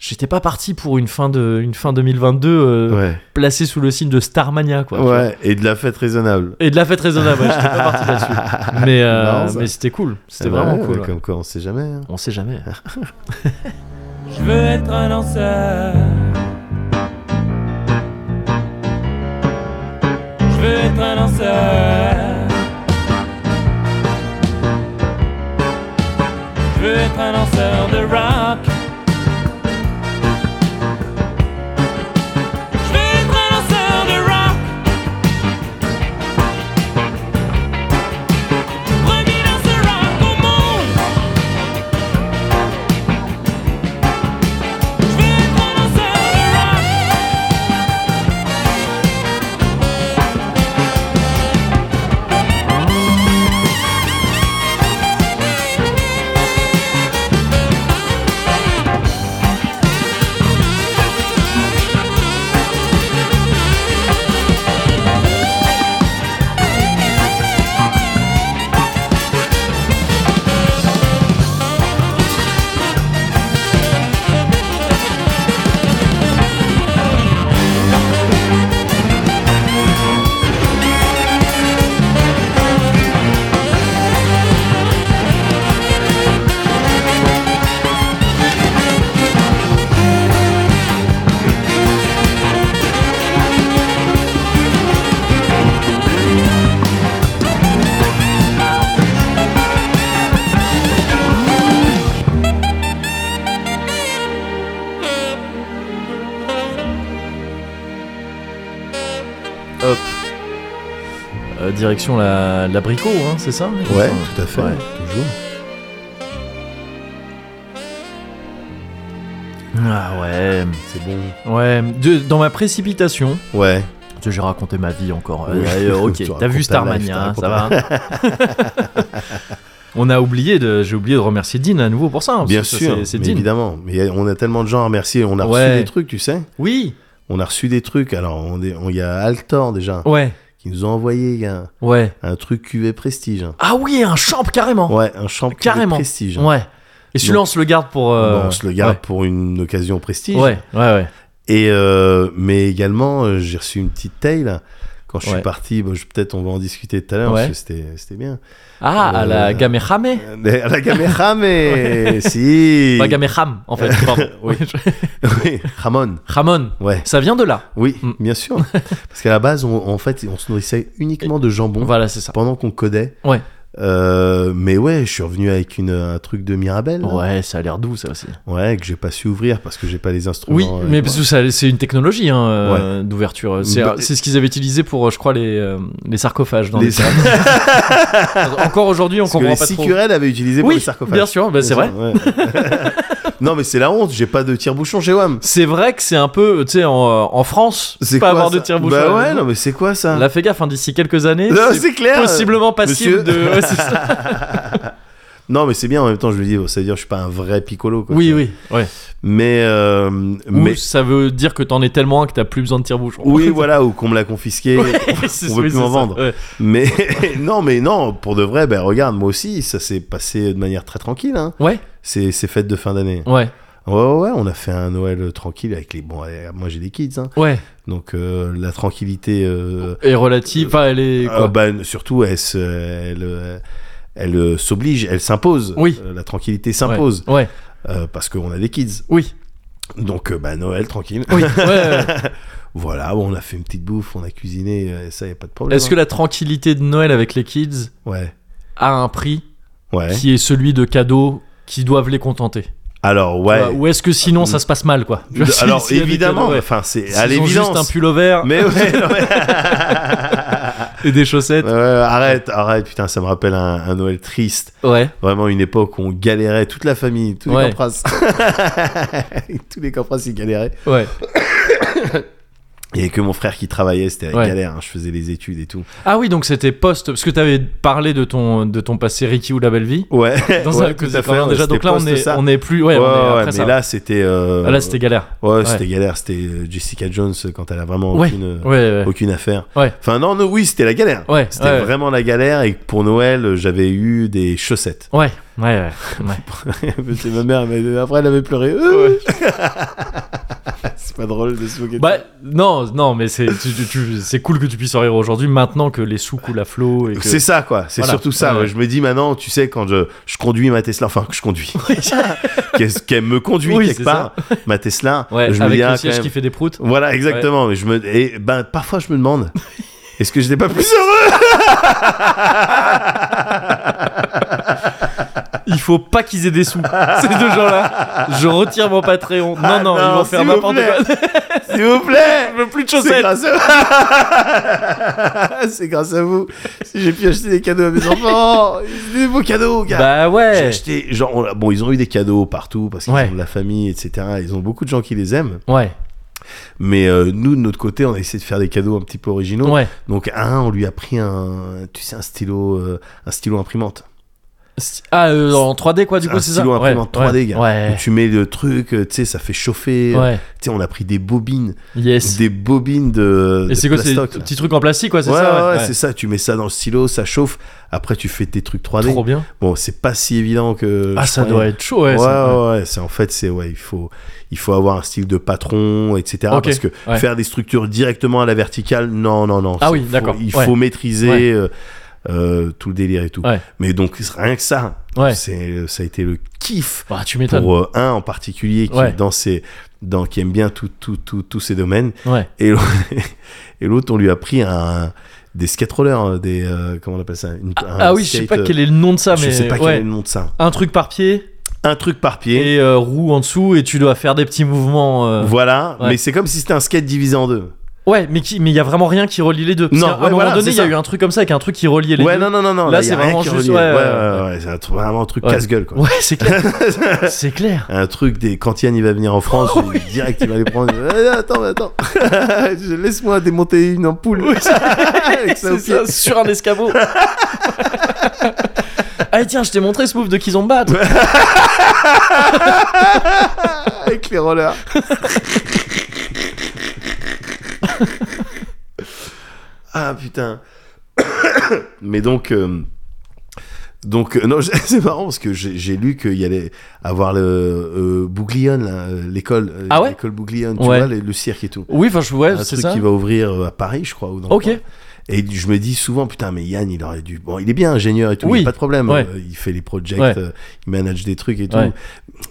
j'étais pas parti pour une fin de, une fin 2022 euh,
Ouais.
placée sous le signe de Starmania, quoi. tu vois.
Ouais. Et de la fête raisonnable.
Et de la fête raisonnable, ouais, j'étais pas parti là-dessus. Mais, euh,
Non, ça-
mais c'était cool, c'était
Eh ben
vraiment
ouais,
cool.
ouais,
ouais.
Comme quoi, on sait jamais. hein.
On sait jamais.
Je veux être un lanceur. Je veux être un lanceur. Je veux être un lanceur de rock. Je veux être un lanceur de rock. Premier lanceur rock au monde. Je veux être un lanceur de rock.
Hop.
Euh, direction la, l'abricot, hein, c'est ça
Ouais, tout à fait.
Ouais.
Toujours.
Ah ouais.
C'est bon.
Ouais, de- dans ma précipitation,
Ouais.
parce que j'ai raconté ma vie encore. Euh,
Oui.
euh, ok,
Tu
t'as
racontes ta
vu
life,
Starmania, hein,
tu
ça va.
racontes
hein On a oublié de, j'ai oublié de remercier Dean à nouveau pour ça. hein, parce
Bien
que ça,
sûr.
c'est, c'est
mais
Dean.
évidemment. Mais on a tellement de gens à remercier. On a
Ouais.
reçu des trucs, tu sais.
Oui.
On a reçu des trucs. Alors, on est- on- il y a Altor déjà
Ouais.
qui nous a envoyé un,
Ouais.
un truc QV Prestige. hein.
Ah oui, un champ carrément.
Ouais, un champ QV
Oh. Carrément.
Prestige. hein.
Ouais. Et celui-là, on se le garde pour. euh,
Bon, on se le garde pour une occasion prestige.
Ouais. Ouais, ouais, ouais.
Et euh, mais également, euh, j'ai reçu une petite taille là. Quand je
Ouais.
suis parti, bon, je- peut-être on va en discuter tout à l'heure,
Ouais.
parce que c'était- c'était bien.
Ah, à la
Euh,
Gamehame.
Mais à la caméra, mais si
Pas Gameham, en fait. pardon.
Oui. Oui, Ramon,
Ramon.
ouais,
Ça vient de là.
oui,
Mm.
bien sûr. Parce qu'à la base, on, en fait, on se nourrissait uniquement de jambon
Voilà, c'est ça.
pendant qu'on codait.
Ouais.
Euh, mais ouais, je suis revenu avec une, un truc de Mirabel. là.
Ouais, ça a l'air doux, ça aussi.
Ouais, que j'ai pas su ouvrir parce que j'ai pas les instruments.
Oui,
euh,
mais
voilà.
parce que ça- c'est une technologie hein, euh, d'ouverture. C'est
Bah,
c'est ce qu'ils avaient utilisé pour, euh, je crois, les, euh, les sarcophages. Dans
Les-
les... Encore aujourd'hui, on
Parce que
comprend
les
pas
six
trop.
querelles avaient utilisé pour
oui,
les sarcophages.
bien sûr, bah, c'est vrai.
Ouais. non, mais c'est la honte, j'ai pas de tire-bouchon chez WAM.
C'est vrai que c'est un peu, tu sais, en, en France,
C'est
pas
quoi,
avoir
ça
de hein. tire-bouchon.
Bah ouais, non, mais c'est quoi ça
La fais gaffe, hein, d'ici quelques années,
Non,
c'est
c'est clair.
possiblement passible
monsieur.
de. ouais, c'est ça.
Non, mais c'est bien en même temps, je lui dis, ça veut dire que je suis pas un vrai piccolo. Quoi,
oui,
tu vois.
oui. Ouais.
Mais. euh, mais...
Ou ça veut dire que t'en es tellement un que t'as plus besoin de tire-bouchon.
Oui, voilà, ou qu'on me l'a confisqué.
C'est-
on veut
oui,
plus
c'est
m'en
ça.
vendre.
Ouais.
Mais non, mais non, pour de vrai, ben regarde, moi aussi, ça s'est passé de manière très tranquille. Hein.
Ouais,
Ces, ces fêtes de fin d'année.
ouais,
Ouais, ouais, ouais, on a fait un Noël euh, tranquille avec les. Bon, allez, moi j'ai des kids, hein.
ouais.
donc euh, la tranquillité. euh,
Et relative, enfin, elle est.
euh,
Quoi
ben, surtout, elle se- elle, euh, elle, euh, s'oblige, elle s'impose.
Oui.
Euh, la tranquillité s'impose
Ouais, ouais.
euh, parce qu'on a des kids.
oui,
Donc, euh, ben, Noël tranquille.
oui. ouais, ouais.
Voilà, bon, on a fait une petite bouffe, on a cuisiné, euh, ça y a pas de problème.
Est-ce que la tranquillité de Noël avec les kids
Ouais.
a un prix
Ouais.
qui est celui de cadeaux qui doivent les contenter
Alors,
Tu
ouais.
vois, Ou est-ce que sinon ça se passe mal, quoi Tu vois, si-
Alors,
s'il y a des
évidemment,
cadeaux, ouais.
enfin, c'est à
S'ils ont juste un
l'évidence.
pull vert
Mais ouais, non, mais-
et des chaussettes.
Euh, arrête, arrête, putain, ça me rappelle un, un Noël triste.
Ouais.
Vraiment une époque où on galérait, toute la famille, tous
Ouais.
les campras. tous les campras, ils galéraient.
Ouais.
Il n'y avait que mon frère qui travaillait, c'était la
Ouais.
galère, hein, je faisais les études et tout.
Ah oui, donc c'était post. Parce que t'avais parlé de ton, de ton passé Ricky ou la belle vie.
Ouais,
Dans
ouais,
un,
tout
que-
à fait,
quand même,
ouais,
déjà,
c'était
donc là, on
post
est,
ça.
on est plus. Ouais,
Ouais,
on est
ouais,
après
mais
ça.
là, c'était. euh,
Ah, là, c'était galère.
Ouais, c'était
ouais.
galère, c'était euh, Jessica Jones quand elle a vraiment
Ouais,
aucune, euh,
Ouais, ouais.
aucune affaire.
Ouais.
Enfin, non, non, oui, c'était la galère.
Ouais,
C'était
ouais.
vraiment la galère et pour Noël, euh, j'avais eu des chaussettes.
Ouais, ouais, ouais. ouais.
C'est ma mère, mais après elle avait pleuré. Euh, C'est pas drôle de se moquer. de
Bah, non, non, mais c'est tu- tu- tu- c'est cool que tu puisses en rire aujourd'hui, maintenant que les sous coulent à flot. et que-
C'est ça, quoi. C'est
Voilà.
surtout ça.
Ouais,
ouais.
ouais.
Je me dis maintenant, tu sais, quand je, je conduis ma Tesla, enfin, que je conduis, qu'est-ce qu'elle me conduit
Oui,
quelque
c'est
part, ma Tesla,
Ouais,
je me
avec
dis, ah,
le
quand
siège
même.
qui fait des proutes.
Voilà, exactement. Mais je me, et ben, parfois, je me demande, est-ce que j'étais pas plus heureux
Il faut pas qu'ils aient des sous, ces deux gens-là. Je retire mon Patreon. Non,
Ah
non, ils
non,
vont faire
s'il vous
n'importe
plaît.
quoi.
S'il vous plaît
Je veux plus de
C'est
chaussettes.
grâce à... C'est grâce à vous si j'ai pu acheter des cadeaux à mes enfants. C'est des beaux cadeaux, gars.
Bah
J'ai
ouais.
acheté, genre, on- bon, ils ont eu des cadeaux partout parce qu'ils
Ouais.
ont de la famille, etc. Ils ont beaucoup de gens qui les aiment.
Ouais,
Mais euh, nous, de notre côté, on a essayé de faire des cadeaux un petit peu originaux.
ouais.
Donc, à un, on lui a pris un, tu sais, un stylo, euh, un stylo imprimante.
Sti- Ah, euh, en 3D quoi, du coup,
un
c'est ça
stylo
Ouais,
imprimante
ouais,
3D, gars.
Ouais.
Où tu mets le truc, euh, tu sais, ça fait chauffer. euh,
Ouais,
Tu sais, on a pris des bobines,
yes.
des bobines de.
Et c'est quoi, c'est
ces
des petits trucs en plastique quoi, c'est
Ouais, ouais,
ça
ouais, c'est ça. Tu mets ça dans le stylo, ça chauffe. Après, tu fais tes trucs 3D.
Trop bien.
Bon, c'est pas si évident que.
Ah, ça
Ouais.
doit être chaud, ouais.
Euh, Ouais,
ça.
ouais, ouais, c'est en fait, c'est ouais, il faut, il faut avoir un style de patron, etc.
Ok,
Parce que
ouais.
faire des structures directement à la verticale, non, non, non.
Ah
c'est-
oui,
faut-
d'accord,
Il
ouais.
faut maîtriser
Ouais.
euh, euh, tout le délire et tout.
Ouais.
Mais donc rien que ça,
Ouais.
c'est, ça a été le kiff
Ah, tu m'étonnes.
pour euh, un en particulier qui
Ouais.
dans ses, dans qui aime bien tout, tout, tout, tous ces domaines.
Ouais.
Et l'autre- et l'autre, on lui a pris un des skateboarders, des euh, comment on appelle ça une- un
Ah oui, je sais
skate,
pas
euh,
quel est le nom de ça,
je
mais
sais pas quel
ouais.
est le nom de ça.
un truc par pied
Un truc par pied.
et euh, roue en dessous et tu dois faire des petits mouvements. euh.
Voilà,
Ouais.
mais c'est comme si c'était un skate divisé en deux.
Ouais, mais qui, mais il y a vraiment rien qui relie les deux. Parce
Non,
qu'à un
ouais,
moment
voilà,
donné,
c'est
il y a
ça.
eu un truc comme ça avec un truc qui reliait les
ouais,
deux.
non, non, non, non.
Là,
y
c'est
a rien
vraiment
qui
juste,
relie.
ouais,
ouais,
ouais,
ouais, ouais, c'est un truc- vraiment un truc
Ouais.
casse-gueule, quoi.
Ouais, c'est clair. c'est clair.
Un truc des quand Yann il va venir en France, direct il va les prendre. Eh, attends, mais attends, Je- laisse-moi démonter une ampoule. Avec ça au
C'est ça,
pied.
sur un escabeau. Ah tiens, je t'ai montré ce move de Kizomba.
avec les rollers. ah putain. Mais donc. euh, Donc euh, non, je- c'est marrant parce que j'ai j'ai lu qu'il y allait avoir le euh, Bouglione, là, euh, l'école, euh,
Ah ouais
l'école Bouglione, tu
Ouais.
vois, les- le cirque et tout.
Oui, enfin, je ouais,
un
c'est
truc
ça.
qui va ouvrir euh, à Paris, je crois. Ou dans le
Ok.
coin. Et je me dis souvent, putain, mais Yann, il aurait dû. Bon, il est bien ingénieur et tout,
Oui.
il a pas de problème.
Ouais.
euh, Il fait les projects,
Ouais.
euh, il manage des trucs et tout.
Ouais.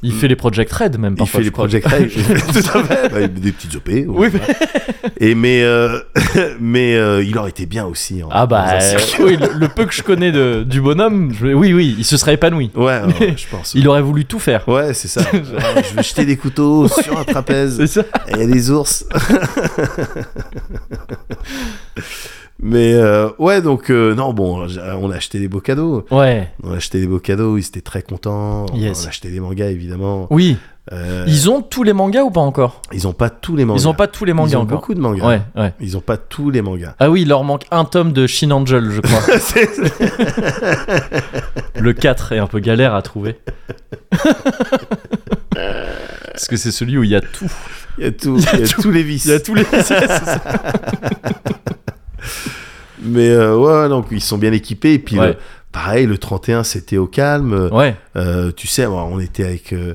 Il fait les Project Red même
Il
parfois.
fait les
je crois.
project Red. Tout à fait. Bah, des petites OP. ouais.
Oui, mais-
Et mais euh, mais euh, il aurait été bien aussi. en-
ah
dans
bah
un
euh,
cirque.
oui, le, le peu que je connais de, du bonhomme, je- oui oui, il se serait épanoui.
Ouais, ouais, je pense.
Il aurait voulu tout faire.
Ouais, c'est ça. Ouais, je vais jeter des couteaux sur un trapèze.
C'est ça.
Et Il y a des ours. mais euh, ouais, donc euh, non, bon, j'ai- on a acheté des beaux cadeaux.
Ouais.
On a acheté des beaux cadeaux. Ils étaient très contents.
Yes.
On a acheté des mangas évidemment.
Oui.
Euh,
Ils ont tous les mangas ou pas encore
ils ont pas tous les mangas.
Ils ont pas tous les mangas
Ils ont
encore.
beaucoup de mangas.
Ouais, ouais.
Ils ont pas tous les mangas.
Ah oui, il leur manque un tome de Shin Angel, je crois.
C'est-
Le 4 est un peu galère à trouver.
Euh.
Parce que c'est celui où il y a tout.
Il y a, tout- il y a tous les vices.
Il y a tous les.
Mais euh, ouais, donc ils sont bien équipés. Et puis,
Ouais.
le- pareil, le 31, c'était au calme.
ouais.
Euh, tu sais, bon, on était avec, euh,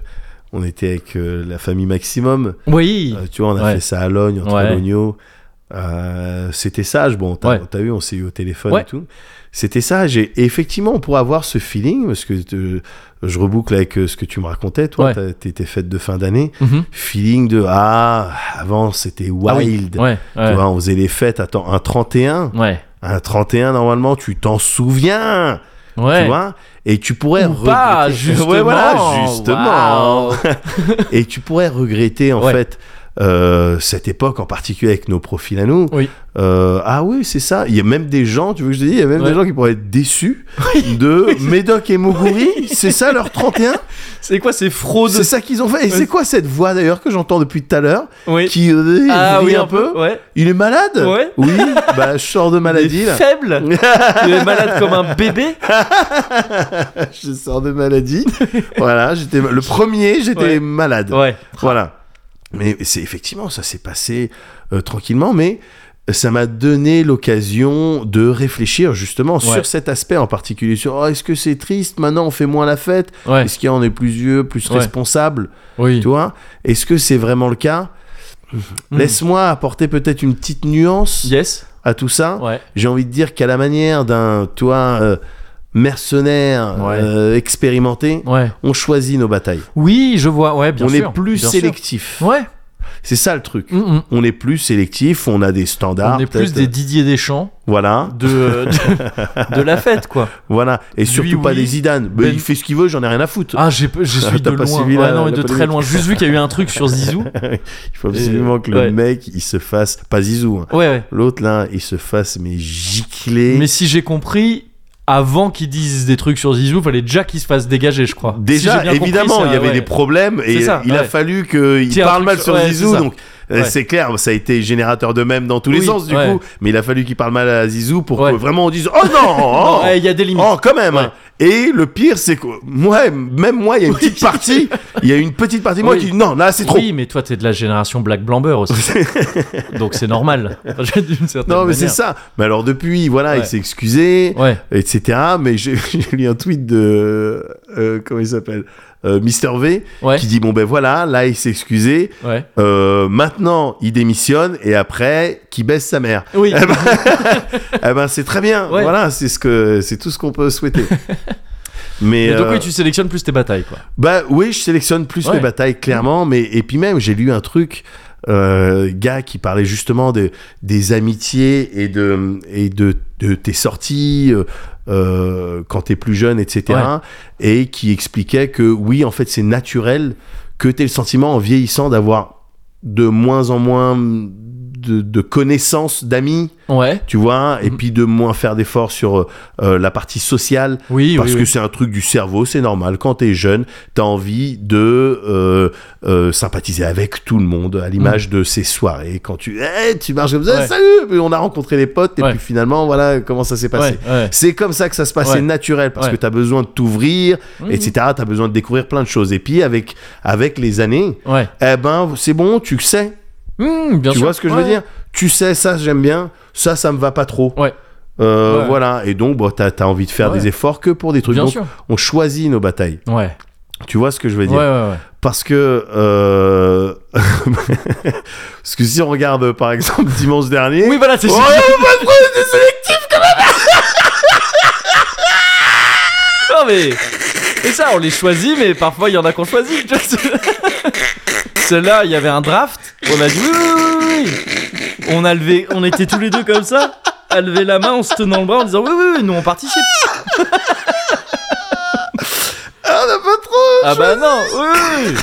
on était avec euh, la famille Maximum.
Oui.
Euh, tu vois, on a
Ouais.
fait ça à Logne, entre
Ouais.
Logno. Euh, c'était sage. Bon, t'as
Ouais.
t'as vu, on s'est eu au téléphone
Ouais.
et tout. C'était sage. Et et effectivement, on pourrait avoir ce feeling, parce que te- je reboucle avec euh, ce que tu me racontais, toi,
Ouais.
t'as- t'es tes fêtes de fin d'année.
Mhm.
Feeling de Ah, avant, c'était wild.
Ah oui. Ouais.
Tu
Ouais.
vois, on faisait les fêtes. Attends, un 31
Ouais.
un 31, normalement, tu t'en souviens,
Ouais.
tu vois, et tu pourrais
Ou pas,
regretter-
justement.
Ouais, voilà, justement.
Waouh.
et tu pourrais regretter, en
Ouais.
fait, euh, cette époque, en particulier avec nos profils à nous.
Oui.
Euh, ah oui, c'est ça. Il y a même des gens, tu veux que je te dise, il y a même
Ouais.
des gens qui pourraient être déçus de Médoc et Moguri. C'est ça leur 31
C'est quoi ces fraudes
C'est ça qu'ils ont fait. Et
Ouais.
c'est quoi cette voix d'ailleurs que j'entends depuis tout à l'heure
Oui.
qui euh,
Ah
rit
oui, un peu. Ouais.
Il est malade
Ouais.
Oui, bah je sors de maladie
Il
là.
est faible. Il est malade comme un bébé.
je sors de maladie. voilà, j'étais le premier, j'étais
Ouais.
malade.
Ouais.
Voilà. Mais c'est effectivement, ça s'est passé euh, tranquillement, mais ça m'a donné l'occasion de réfléchir justement
Ouais.
sur cet aspect en particulier, sur oh, est-ce que c'est triste, maintenant on fait moins la fête,
Ouais.
est-ce qu'on est plus vieux, plus
Ouais.
responsable,
Oui.
tu vois Est-ce que c'est vraiment le cas
Mm.
Laisse-moi apporter peut-être une petite nuance
Yes.
à tout ça
Ouais.
j'ai envie de dire qu'à la manière d'un toi euh, mercenaire
Ouais.
euh, expérimenté,
Ouais.
on choisit nos batailles.
Oui, je vois. Ouais, bien
on
sûr.
est plus
bien sûr.
sélectif.
Ouais.
C'est ça le truc.
Mm, mm.
On est plus sélectif, on a des standards.
On est plus
Ah, peut-être. euh,
des Didier Deschamps
Voilà,
de de, de la fête, quoi.
voilà. Et surtout pas
oui.
des Zidane. Mais
Ben-
Il fait ce qu'il veut, j'en ai rien à foutre.
Ah, j'ai, je suis de
T'as pas
loin.
suivi
Ouais,
la-
non, mais
la
de très
polémique.
loin. J'ai juste vu qu'il y a eu un truc sur Zizou.
Il faut absolument que le
Euh, ouais.
mec, il se fasse, pas Zizou, hein.
Ouais, ouais.
l'autre là, il se fasse mais gicler.
Mais si j'ai compris, avant qu'ils disent des trucs sur Zizou, fallait déjà qu'il se fasse dégager, je crois. Si j'ai
Déjà,
bien compris,
évidemment,
ça,
il y avait
ouais.
des problèmes et
C'est ça,
il a
ouais.
fallu qu'il
Tiens, un
parle
truc
mal
sur-
sur
ouais,
Zizou.
c'est ça.
Donc, euh,
Ouais.
c'est clair, ça a été générateur de mèmes dans tous les
Oui,
sens du
ouais.
coup. Mais il a fallu qu'il parle mal à Zizou pour
Ouais.
que vraiment on dise Oh non
Non,
Oh,
ouais, il y a des limites.
oh, quand même hein. Et le pire, c'est que moi, même moi, il y a une petite partie, il y a une petite partie de moi
Oui.
qui dit Non, là, c'est trop.
Oui, mais toi, t'es de la génération Black Blamber aussi. Donc c'est normal. Enfin, j'ai- D'une certaine
Non, mais c'est
manière.
ça. Mais alors, depuis, voilà, il
Ouais.
s'est excusé.
Ouais.
Etc. Mais j'ai j'ai lu un tweet de. euh, comment il s'appelle euh, Mister V.
Ouais.
Qui dit Bon, ben voilà, là, il s'est excusé.
Ouais.
Euh, maintenant, il démissionne et après, qui baisse sa mère.
Oui.
Eh ben, eh ben, c'est très bien.
Ouais.
Voilà, c'est ce que, c'est tout ce qu'on peut souhaiter. Mais
Et donc
euh,
oui, tu sélectionnes plus tes batailles, quoi.
bah oui, je sélectionne plus
Ouais.
mes batailles clairement, mais et puis même j'ai lu un truc, euh, gars qui parlait justement de, des amitiés et de et de, de tes sorties euh, euh, quand t'es plus jeune, etc. Et qui expliquait que oui, en fait, c'est naturel que t'aies le sentiment en vieillissant d'avoir de moins en moins de, de connaissances d'amis,
Ouais.
tu vois, et
Mhm.
puis de moins faire d'efforts sur euh, la partie sociale
Oui,
parce
oui,
que
oui.
c'est un truc du cerveau, c'est normal. Quand t'es jeune, t'as envie de euh, euh, sympathiser avec tout le monde, à l'image de ces soirées. Quand tu, Eh, tu marches comme ça,
Mm. Ouais.
salut, puis on a rencontré les potes, et
Ouais.
puis finalement, voilà comment ça s'est passé.
Ouais, ouais.
C'est comme ça que ça se passe,
Ouais.
c'est naturel, parce
Ouais.
que t'as besoin de t'ouvrir,
Mhm.
etc. T'as besoin de découvrir plein de choses. Et puis, avec, avec les années,
Ouais.
eh ben, c'est bon, tu sais.
Mmh, bien
tu
sûr.
vois ce que je
Ouais.
veux dire Tu sais, ça, j'aime bien, ça, ça me va pas trop.
Ouais.
Euh,
Ouais.
Voilà, et donc, bon, t'as t'as envie de faire
Ouais.
des efforts que pour des trucs.
Bien
Donc,
sûr.
on choisit nos batailles.
Ouais.
Tu vois ce que je veux
Ouais,
dire
ouais, ouais.
Parce que euh... parce que si on regarde euh, par exemple dimanche dernier,
Oui, voilà, c'est
Oh,
sélectif quand même Non mais... Et ça, on les choisit, mais parfois, il y en a qu'on choisit. tu vois. Celle-là, il y avait un draft. On a dit oui, oui, oui, oui. On, a levé... on était tous les deux comme ça, à lever la main en se tenant le bras en disant oui, oui, oui, nous on participe.
ah, on n'a pas trop.
Ah bah non, oui, oui.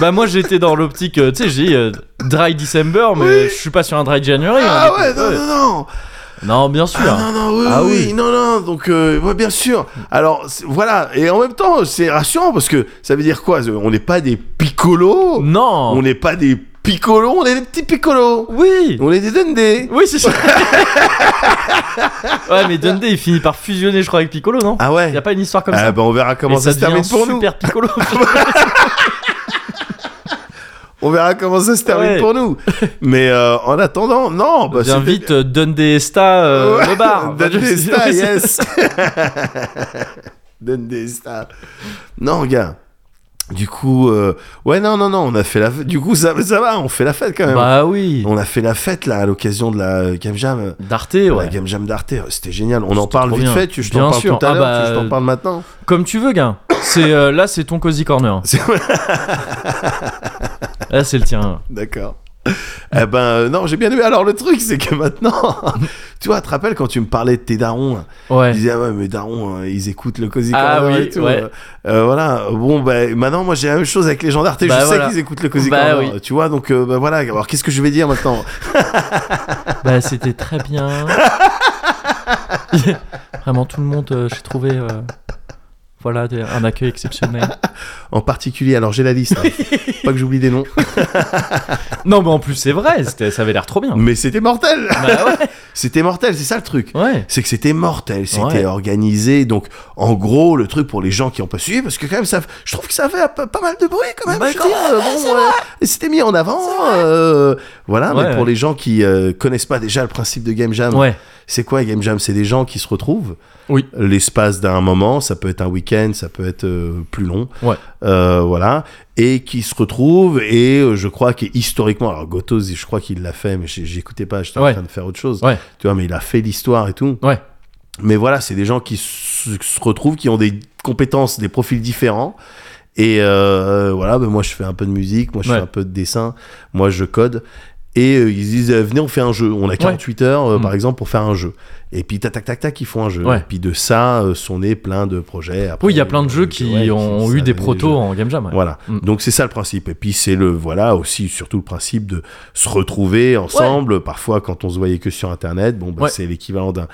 Bah moi, j'étais dans l'optique, euh, tu sais, j'ai dit euh, dry December, mais je suis pas sur un dry January. on
Ah
était-
ouais, non, non, non.
Non, bien sûr.
Ah non, non, oui,
Ah
oui,
oui.
oui, non, non, donc euh, ouais, bien sûr. Alors c'est- voilà, et en même temps, c'est rassurant parce que ça veut dire quoi On n'est pas des piccolos,
Non.
on n'est pas des piccolos, on est des petits piccolos,
Oui.
on est des dundés.
Oui, c'est ça. ouais, mais Dundee, il finit par fusionner, je crois, avec Piccolo, non
Ah ouais
Il y a pas une histoire comme
Ah,
ça
bah, On verra comment
Et
ça, se
devient
termine pour nous. Ah
super Piccolo.
On verra comment ça se termine
Ouais.
pour nous. Mais euh, en attendant, non, bah,
Bien
c'était-
vite, euh, Dundee Esta euh,
Ouais,
le bar.
Donne
Enfin, je
des
sais-
stars,
oui, c'est-
yes. Donne des stars. Non, gars. Du coup, euh, ouais, non, non, non, on a fait la fête. Du coup, ça, ça va, on fait la fête quand même.
Bah oui.
On a fait la fête là à l'occasion de la euh, Game Jam. euh,
D'Arte, ouais.
La Game Jam d'Arte, euh, c'était génial. On en
C'était
parle
trop
vite
bien.
fait, tu, je
Bien
t'en parle
sûr.
tout à
Ah
l'heure,
bah,
tu- je t'en parle maintenant.
Comme tu veux, gars. C'est euh, là, c'est ton cozy corner.
C'est-
Là, c'est le tien.
D'accord. eh ben, euh, non, j'ai bien aimé. Alors, le truc, c'est que maintenant, tu vois, tu te rappelles quand tu me parlais de tes darons là,
Ouais.
Ils disaient, ah ouais, mais Daron, euh, ils écoutent le Cozy
Ah
Corner
oui,
et tout.
ouais.
Euh, euh, voilà. Bon, bah, maintenant, moi, j'ai la même chose avec les gens d'Arte.
Bah,
je
voilà.
sais qu'ils écoutent le Cozy
Bah,
Corner. Tu vois, donc, euh, bah, voilà. Alors, qu'est-ce que je vais dire maintenant
Bah, c'était très bien. Vraiment, tout le monde, euh, j'ai trouvé. euh, Voilà, des- un accueil exceptionnel.
En particulier, alors, j'ai la liste. hein. Pas que j'oublie des noms.
Non, mais en plus, c'est vrai, c'était- ça avait l'air trop bien.
Mais c'était mortel
Bah ouais.
C'était mortel, c'est ça le truc.
Ouais.
C'est que c'était mortel, c'était
Ouais.
organisé. Donc, en gros, le truc pour les gens qui ont pas suivi, parce que quand même, ça, je trouve que ça fait pas, pas mal de bruit quand même.
Bah,
je
quand
veux
même,
dire, bon, euh, c'était mis en avant. euh, voilà,
Ouais.
mais pour les gens qui euh, connaissent pas déjà le principe de Game Jam,
Ouais.
C'est quoi Game Jam C'est des gens qui se retrouvent.
Oui.
L'espace d'un moment, ça peut être un week-end, ça peut être euh, plus long.
Ouais.
Euh, voilà. Et qui se retrouvent et euh, je crois que historiquement, alors Gotos, je crois qu'il l'a fait, mais j'ai- j'écoutais pas, j'étais
Ouais.
en train de faire autre chose.
Ouais.
Tu vois, mais il a fait l'histoire et tout.
Ouais.
Mais voilà, c'est des gens qui se se retrouvent, qui ont des compétences, des profils différents. Et euh, voilà, ben moi je fais un peu de musique, moi je
Ouais.
fais un peu de dessin, moi je code. Et euh, ils se disent, euh, venez, on fait un jeu. On a 48 heures, euh,
Mm.
par exemple, pour faire un jeu. Et puis, tac, tac, tac, tac, ils font un jeu.
Ouais.
Et puis de ça euh, sont nés plein de projets. Après,
Oui, il y a plein de jeux
euh,
qui
ouais,
ont
ça
eu des
devient
protos
jeux.
en Game Jam. ouais.
Voilà.
Mm.
Donc c'est ça le principe. Et puis c'est le voilà aussi surtout le principe de se retrouver ensemble. Parfois quand on se voyait que sur Internet, bon bah,
Ouais.
c'est l'équivalent d'un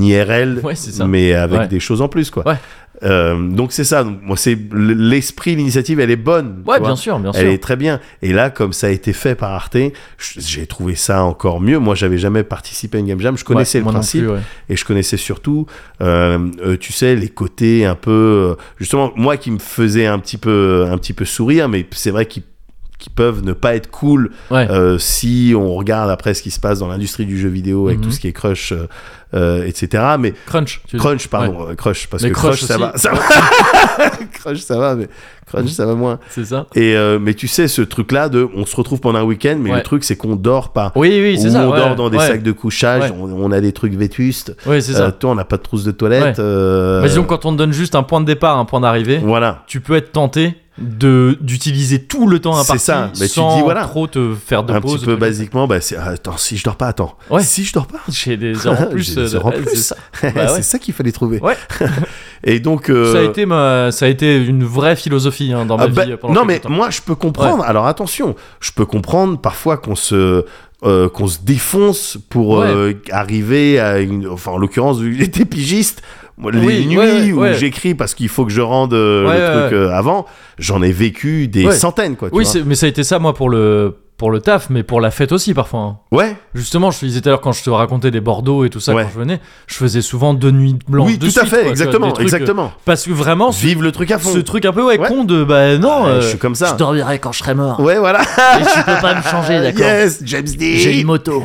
IRL,
Ouais, c'est ça.
mais avec
Ouais.
des choses en plus quoi.
Ouais.
Euh, donc c'est ça. Donc, moi c'est l'esprit, l'initiative, elle est bonne.
Ouais,
tu vois.
bien sûr, bien sûr.
Elle est très bien. Et là, comme ça a été fait par Arte, je- j'ai trouvé ça encore mieux. Moi, j'avais jamais participé à une game jam. Je connaissais
Ouais,
le
moi non
principe
plus, ouais.
et je connaissais surtout, euh, euh, tu sais, les côtés un peu, euh, justement, moi qui me faisais un petit peu, un petit peu sourire, mais c'est vrai qu'ils qui peuvent ne pas être cool
Ouais.
euh, si on regarde après ce qui se passe dans l'industrie du jeu vidéo avec
Mhm.
tout ce qui est crush, euh, euh, etc. Mais
Crunch. tu veux dire.
crunch, pardon, euh, crush, parce
Mais
que
crush
crush, ça
aussi. Mhm.
va, ça va. crush, ça va, mais crunch, ça va moins.
C'est ça.
Et euh, mais tu sais, ce truc-là de on se retrouve pendant un week-end, mais
Ouais.
le truc, c'est qu'on dort pas.
Oui, oui, c'est
Ou
ça.
on
ouais,
dort dans des
ouais.
sacs de couchage,
Ouais.
on, on a des trucs vétustes.
Oui, c'est
Euh,
ça.
toi, on n'a pas de trousse de toilette. euh,
Mais disons, quand on te donne juste un point de départ, un point d'arrivée,
Voilà.
tu peux être tenté de d'utiliser tout le temps
C'est
imparti
ça, mais tu
sans
dis, voilà.
trop te faire de
Un
pause.
petit peu
truc.
basiquement, bah, c'est, attends, si je dors pas, attends.
Ouais.
Si je dors pas.
J'ai des heures en plus.
J'ai des
euh,
heures en
ouais,
plus.
c'est ça. Bah ouais.
c'est ça qu'il fallait trouver.
Ouais.
Et donc.
Ça a
euh,
été ma- ça a été une vraie philosophie hein, dans ma
Ah bah,
vie. pendant
non
quelque
mais
temps.
moi je peux comprendre. Alors attention, je peux comprendre parfois qu'on se euh, qu'on se défonce pour
Ouais.
euh, arriver à une enfin en l'occurrence vu que j'étais pigiste moi, les
Oui,
nuits
ouais,
où
ouais.
j'écris parce qu'il faut que je rende euh,
Ouais,
le
ouais,
truc euh, avant, j'en ai vécu des
Ouais.
centaines quoi. tu
Oui,
vois.
c'est- mais ça a été ça moi pour le pour le taf, mais pour la fête aussi parfois. hein.
Ouais.
Justement, je te disais tout à l'heure quand je te racontais des Bordeaux et tout ça
Ouais.
quand je venais, je faisais souvent deux nuits blanches.
oui,
de
tout à
suite,
fait,
quoi, tu vois,
exactement,
des trucs,
exactement.
euh, Parce que vraiment, ce,
Vive le truc à fond.
ce truc un peu ouais,
Ouais.
con de bah non,
Ouais,
euh,
je suis comme
Je
ça.
dormirai quand je serai mort.
Ouais, voilà.
Et tu peux pas me changer, d'accord
yes, James Dean.
J'ai une moto.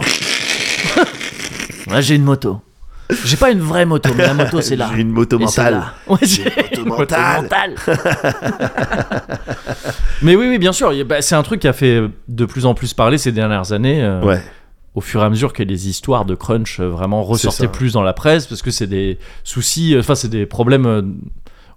Moi, j'ai une moto. J'ai pas une vraie moto, mais la moto, c'est là.
J'ai une moto
Et c'est
mentale.
là.
ouais,
J'ai
j'ai-
une moto mentale.
Mental.
mais oui, oui, bien sûr. il y a- bah, c'est un truc qui a fait de plus en plus parler ces dernières années. euh,
Ouais.
au fur et à mesure que les histoires de crunch euh, vraiment
C'est
ressortaient
ça.
plus dans la presse parce que c'est des soucis, euh, enfin c'est des problèmes euh,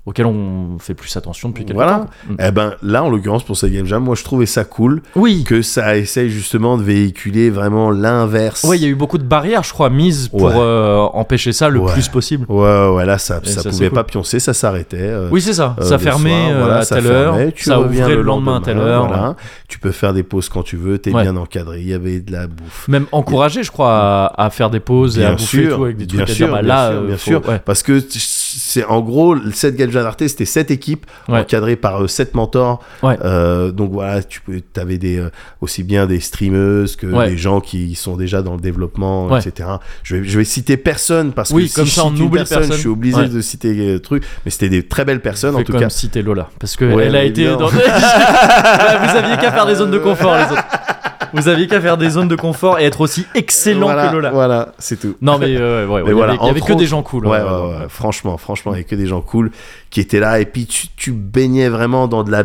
auquel on fait plus attention depuis quelques
Voilà.
temps. Mm.
Eh ben là, en l'occurrence, pour cette Game Jam, moi je trouvais ça cool
Oui.
que ça essaye justement de véhiculer vraiment l'inverse.
Ouais, il y a eu beaucoup de barrières, je crois, mises pour
Ouais.
euh, empêcher ça le
Ouais.
plus possible.
Ouais, ouais, ouais, là, ça,
Et
ça,
ça, c'est
pouvait
cool.
pas pioncer, ça s'arrêtait. euh,
Oui, c'est ça.
euh,
ça
le
fermait
soir,
euh,
voilà,
à
ça
telle heure,
fermait, tu
ça
reviens
ouvrait le lendemain à telle heure.
voilà. Tu peux faire des pauses quand tu veux, t'es
Ouais.
bien encadré, il y avait de la bouffe.
Même encouragé, je crois, à, à faire des pauses et à
Bien
bouffer et
sûr,
tout avec des trucs
bien
à dire,
sûr,
bah,
bien
là,
sûr,
euh,
bien
faut-
sûr.
ouais.
Parce que t- c'est en gros, cette Game Jam d'Arte, c'était sept équipes
Ouais.
encadrées par euh, sept mentors.
Ouais.
Euh, donc voilà, tu avais des, euh, aussi bien des streameuses que
Ouais.
des gens qui sont déjà dans le développement,
Ouais.
etc. Je vais, je vais citer personne parce
Oui,
que
comme
si
ça,
je
on
cite une
oublie
personne,
personne.
je suis obligé
Ouais.
de citer des trucs. Mais c'était des très belles personnes, en
Fais
tout
comme
cas.
citer Lola, parce que
Ouais,
elle a
mais
été
non.
dans. Bah, vous aviez qu'à faire des zones de confort, les autres. Vous aviez qu'à faire des zones de confort et être aussi excellent
voilà,
que Lola.
Voilà, c'est tout.
Non, mais euh, ouais, ouais,
Mais
il y
voilà,
avait, il y avait
entre
que des
autres-
gens cool.
Ouais,
hein,
ouais, ouais, franchement, franchement, il n'y a que des gens cool qui étaient là. Et puis, tu, tu baignais vraiment dans de la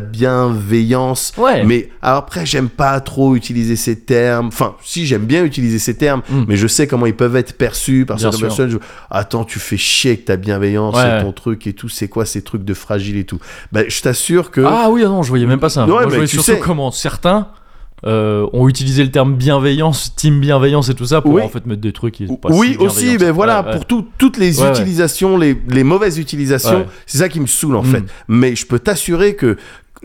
bienveillance.
Ouais.
Mais alors après, j'aime pas trop utiliser ces termes. Enfin, si, j'aime bien utiliser ces termes,
Mm.
mais je sais comment ils peuvent être perçus par
Bien
certaines
sûr.
personnes. Je- Attends, tu fais chier avec ta bienveillance,
Ouais,
c'est
ouais.
ton truc et tout. C'est quoi ces trucs de fragile et tout Ben, je t'assure que.
Ah oui, ah non, je voyais même pas ça.
Ouais,
Moi,
mais
je voyais
tu
surtout
sais-
comment certains euh, ont utilisé le terme bienveillance, team bienveillance et tout ça pour
Oui.
en fait mettre des trucs. qui sont pas
oui,
si
aussi,
bienveillants.
mais voilà,
Ouais, ouais.
pour tout- toutes les
Ouais, ouais.
utilisations, les- Les, mauvaises utilisations,
Ouais.
c'est ça qui me saoule en
Mm.
fait. Mais je peux t'assurer que.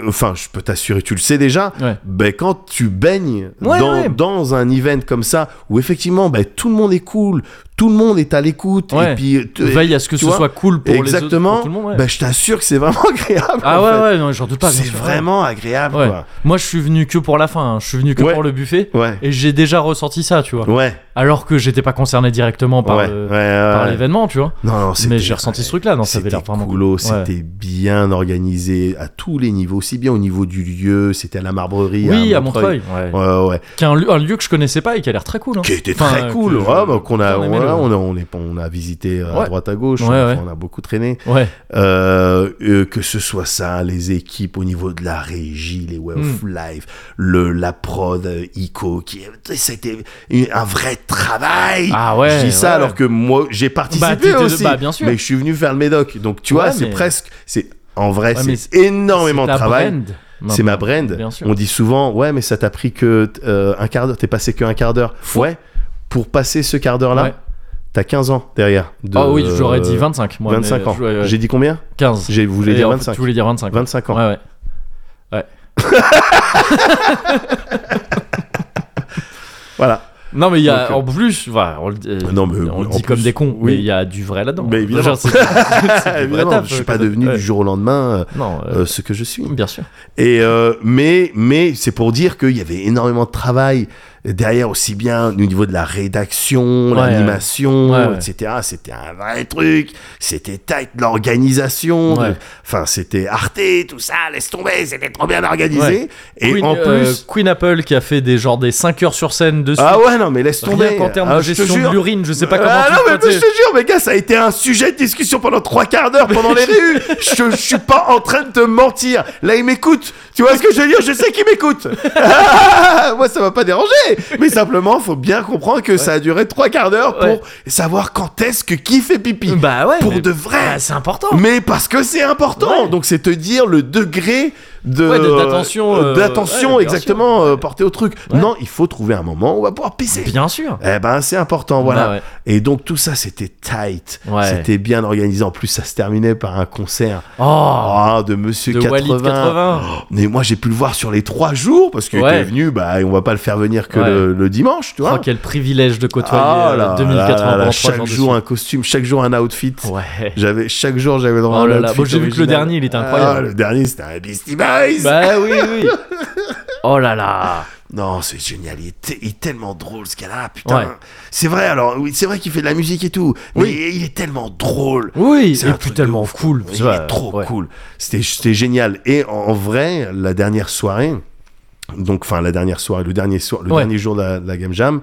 Enfin, je peux t'assurer, tu le sais déjà,
Ouais.
ben, quand tu baignes
Ouais,
dans,
ouais.
dans un event comme ça, où effectivement ben, tout le monde est cool, tout le monde est à l'écoute,
Ouais.
et puis tu-
Veille à ce que
euh, tu
ce
vois,
soit cool pour
exactement,
les autres. pour tout le monde, ouais.
ben, je t'assure que c'est vraiment agréable.
ah
en
ouais,
fait.
ouais, non, j'en doute pas. bien
C'est
sûr.
vraiment agréable.
Ouais.
quoi.
Moi, je suis venu que pour la fin. hein. Je suis venu que
Ouais.
pour le buffet.
Ouais.
Et j'ai déjà ressenti ça, tu vois.
Ouais.
Alors que j'étais pas concerné directement par
ouais,
le-
ouais, ouais,
par
ouais.
l'événement, tu vois.
Non, non,
Mais
c'était-
j'ai ressenti ce truc-là. Non, ça avait
C'était
l'air vraiment
cool, oh,
Ouais.
c'était bien organisé à tous les niveaux, aussi bien au niveau du lieu, c'était à la marbrerie.
Oui, à Montreuil. Ouais.
Ouais, ouais,
Qui est un, lieu- un lieu que je connaissais pas et qui a l'air très cool. hein.
qui était
Enfin,
très
euh,
cool.
que-
Ouais, bah, qu'on a,
qu'on aimait
voilà,
le-
on a, on est, on a visité euh, à
Ouais.
droite à gauche,
Ouais,
on, a-
ouais.
on a beaucoup traîné.
Ouais.
Euh, euh, que ce soit ça, les équipes au niveau de la régie, les way
Hmm.
of life, le la prod, euh, Ico, qui c'était une- un vrai travail.
Ah ouais.
je dis ça
ouais.
alors que moi j'ai
Bah,
participé
t'étais de-
aussi,
bah, bien sûr.
mais je suis venu faire le médoc. Donc tu
Ouais,
vois, c'est
mais-
presque, c'est en vrai,
Ouais, mais
c'est énormément de
ta
travail.
brand,
C'est ma
maintenant.
brand.
bah, Bien sûr.
On dit souvent, ouais, mais ça t'a pris que t- euh, un quart d'heure. T'es passé que un quart d'heure. Ouais. Pour passer ce quart d'heure là,
Ouais.
t'as 15 ans derrière. de-
Ah oui, j'aurais dit 25. Moi, mais
25 ans.
je- ouais, ouais,
J'ai dit combien
15.
J'ai voulu
Et
dire
en fait,
25.
Tu voulais dire 25.
25 ans.
Ouais, ouais.
Voilà.
Non, mais il y a
Donc, euh,
en plus, voilà, on le dit, euh,
Non, mais
on le
en
dit
plus,
comme des cons,
oui.
mais il y a du vrai là-dedans.
Mais évidemment.
Genre, c'est- c'est du vrai
Évidemment,
taf,
je suis
euh,
pas
que-
devenu
ouais.
du jour au lendemain euh,
Non, euh,
euh, ce que je suis.
bien sûr.
Et euh, mais mais c'est pour dire qu'il y avait énormément de travail derrière aussi bien au niveau de la rédaction,
Ouais,
l'animation,
ouais. Ouais, ouais.
etc. C'était un vrai truc. C'était tight l'organisation.
Ouais.
de- Enfin c'était Arte tout ça. Laisse tomber. C'était trop bien organisé.
Ouais.
Et
Queen,
en plus.
euh, Queen Apple qui a fait des genre des 5 heures sur scène dessus.
ah ouais non mais laisse
Rien
tomber.
qu'en termes
Ah,
de
je te
gestion de
jure.
l'urine, je sais pas comment
Ah
tu
non,
peux,
mais
tu
je
sais.
te jure, mes gars, ça a été un sujet de discussion pendant trois quarts d'heure pendant les rues. Je, je suis pas en train de te mentir. Là, il m'écoute. Tu vois ce que je veux dire Je sais qu'il m'écoute. Ah, moi, ça m'a pas dérangé. Mais simplement, faut bien comprendre que ça a duré trois quarts d'heure pour
Ouais.
savoir quand est-ce que qui fait pipi.
Bah ouais.
pour
mais-
de vrai.
Ah, c'est important.
Mais parce que c'est important,
Ouais.
donc c'est te dire le degré de
Ouais, de- d'attention, euh,
d'attention
ouais, bien
exactement euh, portée au truc.
Ouais.
Non, il faut trouver un moment où on va pouvoir pisser.
Bien sûr.
Eh ben, c'est important, voilà.
Bah ouais.
Et donc, tout ça, c'était tight.
Ouais.
C'était bien organisé. En plus, ça se terminait par un concert
Oh,
Ah, de Monsieur
de
80.
Walid 80.
Mais moi, j'ai pu le voir sur les trois jours parce qu'il
Ouais.
était venu. Bah, on va pas le faire venir que
Ouais.
le, le dimanche, tu
Oh,
vois.
quel privilège de côtoyer
Ah
euh,
là
2080
là là là,
pendant trois
chaque
jours de
jour un costume, chaque jour un outfit.
suite. Ouais.
J'avais chaque jour j'avais le droit à
Oh
un
là là,
outfit
moi, j'ai vu que le
original.
dernier, il était incroyable.
Ah, le dernier c'était un Beastie Boys.
Bah oui, oui. Oh là là.
Non, c'est génial. Il est, te- il est tellement drôle ce gars-là, putain.
Ouais.
C'est vrai, alors, oui, c'est vrai qu'il fait de la musique et tout.
Oui.
Mais il est tellement drôle.
Oui,
C'est
et
un
puis
truc
tellement
de ouf.
cool.
Il est trop cool. C'était, c'était génial. Et en, en vrai, la dernière soirée. Donc, enfin, la dernière soirée, le dernier soir, le
Ouais.
dernier jour de la, de la Game Jam,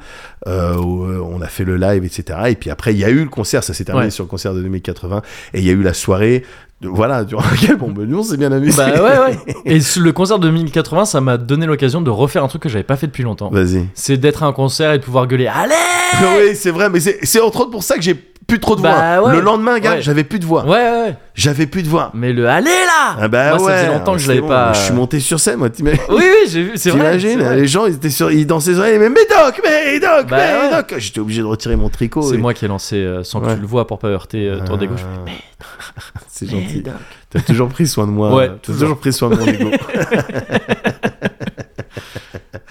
euh, où, euh, on a fait le live, etc. Et puis après, il y a eu le concert, ça s'est terminé
Ouais.
sur le concert de 2080, et il y a eu la soirée, de- voilà, durant laquelle, bon, ben, nous, on s'est bien amusé.
Bah ouais, ouais. Et ce- le concert de 2080, ça m'a donné l'occasion de refaire un truc que j'avais pas fait depuis longtemps.
Vas-y.
C'est d'être à un concert et de pouvoir gueuler Allez
Ah oui, c'est vrai, mais c'est c'est entre autres pour ça que j'ai plus trop de voix.
Bah ouais.
Le lendemain, gars,
Ouais.
j'avais plus de voix.
Ouais, ouais, ouais.
J'avais plus de voix.
Mais le allez là
Ah bah
Moi, ça
ouais.
faisait longtemps que je
c'est
l'avais
bon.
pas-
Je suis monté sur scène, moi, t'imagines
Oui, oui, j'ai vu, c'est vrai. c'est
T'imagines
vrai.
Les gens, ils étaient sur, ils dansaient sur les mais Médoc, Médoc,
Bah ouais.
Médoc. J'étais obligé de retirer mon tricot.
C'est
et-
moi qui ai lancé euh, sans que
Ouais.
tu le vois pour pas heurter euh, tour des gauches.
Ah. C'est gentil. T'as toujours pris soin de moi.
Ouais,
T'as
toujours.
toujours. pris soin de mon ego.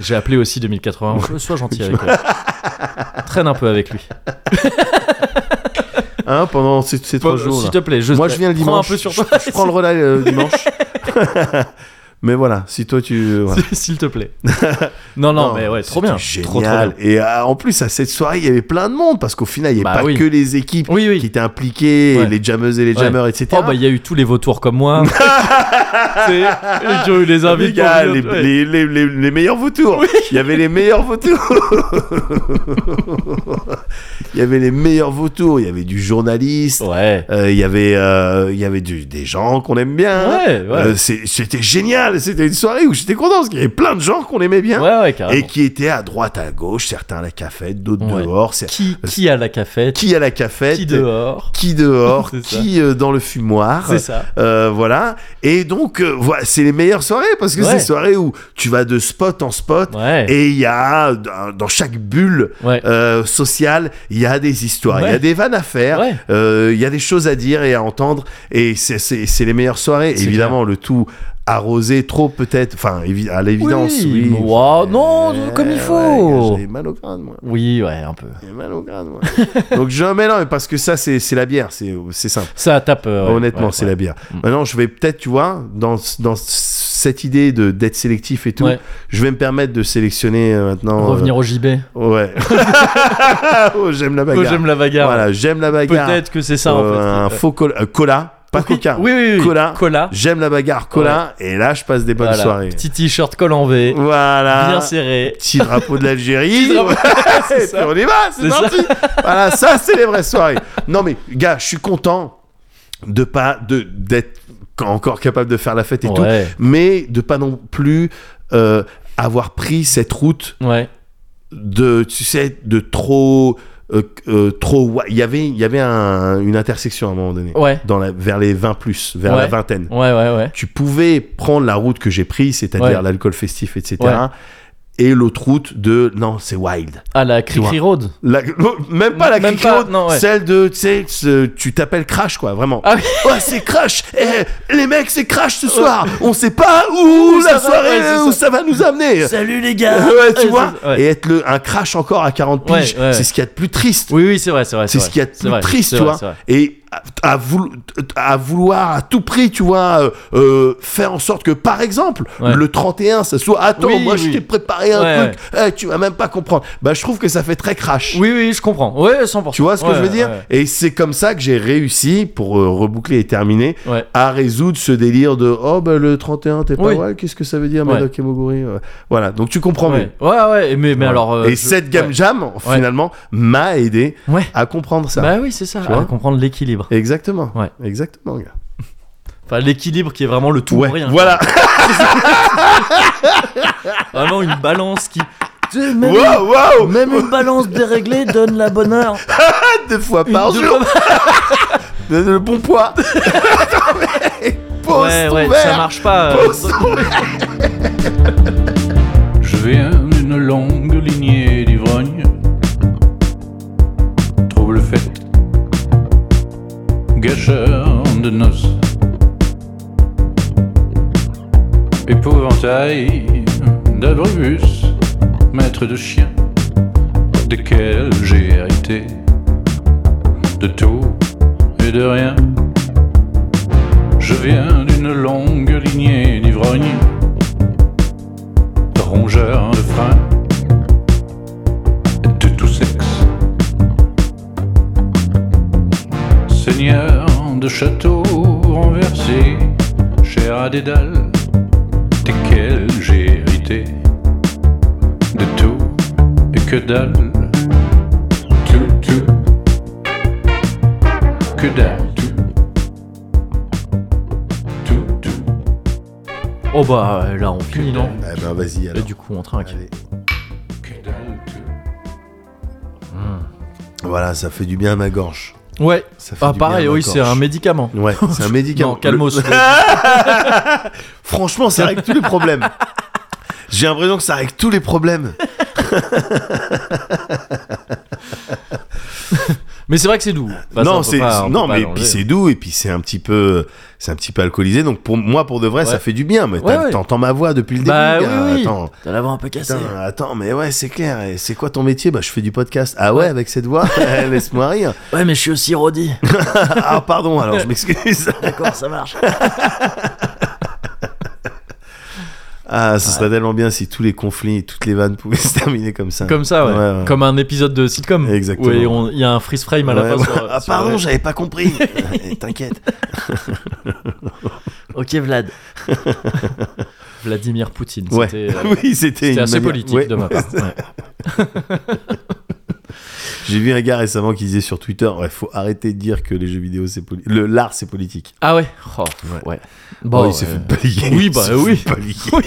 J'ai appelé aussi 2080. Je- Sois gentil avec lui. Traîne un peu avec lui.
Hein, pendant ces, ces trois jours.
S'il
là.
te plaît, je
Moi, je viens le
prends un
dimanche.
peu sur
je,
toi.
je prends le relais euh, dimanche. mais voilà, si toi tu. voilà.
S'il te plaît. Non, non, mais ouais, trop
c'était
bien.
Génial.
Trop, trop bien.
Et euh, en plus, à cette soirée, il y avait plein de monde parce qu'au final, il n'y avait
Bah
pas
oui.
que les équipes
Oui,
qui
oui.
étaient impliquées,
Ouais.
les jammeuses et les
Ouais.
jammeurs, etc.
Oh, bah, il y a eu tous les vautours comme moi. C'est- Ils ont eu les
les,
invités.
gars,
pour
les,
venir- ouais.
les- les- les- les meilleurs vautours. Il y avait les meilleurs vautours. il y avait les meilleurs vautours. Il y avait du journaliste.
Ouais.
Euh, il y avait, euh, il y avait du- des gens qu'on aime bien.
Ouais, ouais.
Euh, c'est- c'était génial. C'était une soirée où j'étais content parce qu'il y avait plein de gens qu'on aimait bien
Ouais, ouais,
et
carrément.
qui étaient à droite, à gauche. Certains à la cafette, d'autres
Ouais.
dehors. C'est-
Qui, qui a la cafette
Qui à la cafette
Qui dehors
qui dehors,
C'est ça.
qui euh, dans le fumoir.
C'est ça.
Euh, voilà. Et donc, euh, voilà, c'est les meilleures soirées parce que
Ouais.
c'est des soirées où tu vas de spot en spot
Ouais.
et il y a dans dans chaque bulle
Ouais.
euh, sociale, il y a des histoires, il y
Ouais.
a des vannes à faire,
Ouais.
euh, il y a des choses à dire et à entendre. Et c'est- c'est c'est les meilleures soirées.
C'est
Évidemment, le tout arrosé trop peut-être, enfin évi- à l'évidence, oui.
mais waouh, non, comme il faut.
J'ai mal au crâne, moi.
Oui, ouais, un peu.
J'ai mal au crâne, moi. Donc je mets non, mais parce que ça, c'est c'est la bière, c'est c'est simple.
Ça tape. euh, ouais,
Honnêtement,
ouais,
c'est
ouais.
la bière.
Mm.
Maintenant, je vais peut-être, tu vois, dans, dans cette idée de d'être sélectif et tout,
Ouais.
je vais me permettre de sélectionner euh, maintenant.
Revenir au JB.
euh, ouais. Oh, j'aime la
Oh,
bagarre.
j'aime la bagarre.
Voilà, j'aime la bagarre.
Peut-être que c'est ça en
Euh,
fait.
Un faux cola, euh, cola, pas
Oui,
coca.
Oui, oui, oui.
Cola.
Cola.
J'aime la bagarre, cola. Et là, je passe des bonnes
Voilà.
soirées.
Petit t-shirt col en V.
Voilà.
Bien serré.
Petit drapeau de l'Algérie.
Petit drapeau-
Et
C'est
puis
ça.
on y va, c'est
C'est ça.
parti. voilà, ça c'est les vraies soirées. Non mais gars, je suis content de pas de d'être encore capable de faire la fête et tout,
Ouais.
mais de pas non plus euh, avoir pris cette route
Ouais.
de tu sais de trop euh, euh, trop wa- il y avait il y avait un- une intersection à un moment donné
Ouais.
dans la, vers les 20 plus, vers la
Ouais.
vingtaine.
Ouais, ouais, ouais.
Tu pouvais prendre la route que j'ai prise, c'est-à-dire
Ouais.
l'alcool festif, etc.
Ouais.
Et l'autre route de non, c'est wild.
Ah, la Cricri Road.
La- non, même pas la
Même
clique
pas,
haute,
non, ouais.
celle de, tu sais, ce- tu t'appelles Crash, quoi, vraiment.
Ah oui.
Ouais, c'est Crash Eh, Les mecs, c'est Crash ce soir On sait pas où
Où
la
ça va,
soirée,
ouais, c'est
où
ça.
ça va nous amener
Salut les
Ouais, tu
Ouais,
vois
c'est- ouais.
Et être le, un Crash encore à 40
Ouais,
piges,
ouais.
c'est ce qu'il y a de plus triste.
Oui, oui, c'est vrai, c'est vrai.
C'est ce
vrai.
qu'il y a de
C'est
plus
vrai,
triste,
c'est
tu
vrai,
vois.
c'est vrai.
Et à, à voul- à vouloir à tout prix, tu vois, euh, euh, faire en sorte que, par exemple,
Ouais.
le 31, ça soit Attends,
Oui,
moi je
oui.
t'ai préparé un
Ouais,
truc, eh, tu vas même pas comprendre. Bah, je trouve que ça fait très crash.
Oui, oui, je comprends. Ouais, 100%.
Tu vois ce que
Ouais,
je veux dire
ouais,
Et c'est comme ça que j'ai réussi, pour euh, reboucler et terminer,
Ouais.
à résoudre ce délire de Oh, bah le 31, t'es pas
Oui.
ouais, qu'est-ce que ça veut dire,
Ouais.
Madoc et Moguri Ouais. Voilà, donc tu comprends mieux.
Ouais, ouais, ouais, mais, mais
Voilà.
alors. euh, je-
et cette gamme
ouais.
jam, finalement, m'a aidé
Ouais.
à comprendre ça.
Bah oui, c'est ça.
Tu vois
à comprendre l'équilibre.
Exactement.
Ouais.
Exactement, gars.
Enfin, l'équilibre qui est vraiment le tout ou
Ouais,
rien.
voilà.
Vraiment une balance qui.
Tu sais, Même,
Waouh, waouh
même une balance déréglée donne la bonne heure.
Deux fois par
Une-
jour, le le bon poids. Attends, mais pose
Ouais,
ton
ouais,
verre.
ça marche pas. euh,
Pose ton verre.
Je viens d'une longue lignée d'ivrognes. Trouble fête, gâcheur de noces. Épouvantail d'abribus, maître de chiens, desquels j'ai hérité de tout et de rien. Je viens d'une longue lignée d'ivrognes rongeur de hein, frein de tout sexe. Seigneur de château renversé, cher à Dédale, desquels j'ai hérité de tout et que dalle, tout, tout, que dalle, tout, tout, tout,
Oh bah euh, là, on finit. là.
dalle.
Eh ben, vas-y,
Là,
alors.
du coup, on trinque.
Allez.
que dalle, tout.
Voilà, ça fait du bien à ma gorge.
Ouais.
Ça fait
Ah,
du bien
pareil,
à ma
oui, c'est
gorge.
un médicament.
Ouais, c'est un médicament.
Non, calmos.
Le- Franchement, ça règle tous les problèmes. J'ai l'impression que ça règle tous les problèmes.
Mais c'est vrai que c'est doux. Enfin, Bah, ça, on
non,
peut
c'est
pas- on peut
non,
pas
mais
l'enlever.
puis c'est doux et puis c'est un petit peu, c'est un petit peu alcoolisé. Donc pour moi, pour de vrai,
Ouais.
ça fait du bien. Mais
Ouais,
t'as-
ouais.
t'entends ma voix depuis le début.
Bah
gars.
oui, oui.
Attends,
T'as la voix un peu cassée.
putain, attends, mais ouais, c'est clair. Et c'est quoi ton métier Bah, je fais du podcast. Ah ouais, avec cette voix, Eh, laisse-moi rire.
Ouais, mais je suis aussi rôdi.
Ah pardon, alors je m'excuse.
D'accord, ça marche.
Ah, ce serait tellement bien si tous les conflits, toutes les vannes pouvaient se terminer comme ça.
Comme ça, ouais.
Ouais, ouais.
Comme un épisode de sitcom.
Exactement.
Où on- il y a un freeze frame à la
Ouais,
fin.
ouais.
sur-
Ah
sur-
pardon, j'avais pas compris. Eh, T'inquiète.
Ok, Vlad.
Vladimir Poutine.
Ouais.
C'était euh,
oui, c'était
c'était
une
assez
manière-
politique
ouais.
de ma part. Ouais.
J'ai vu un gars récemment qui disait sur Twitter, ouais, faut arrêter de dire que les jeux vidéo c'est politique. Le l'art c'est politique.
Ah ouais. Oh,
Ouais.
ouais. Bon,
oh, il s'est
euh,
fait balayer.
oui,
Il
bah
s'est
oui.
fait balayer.
Oui,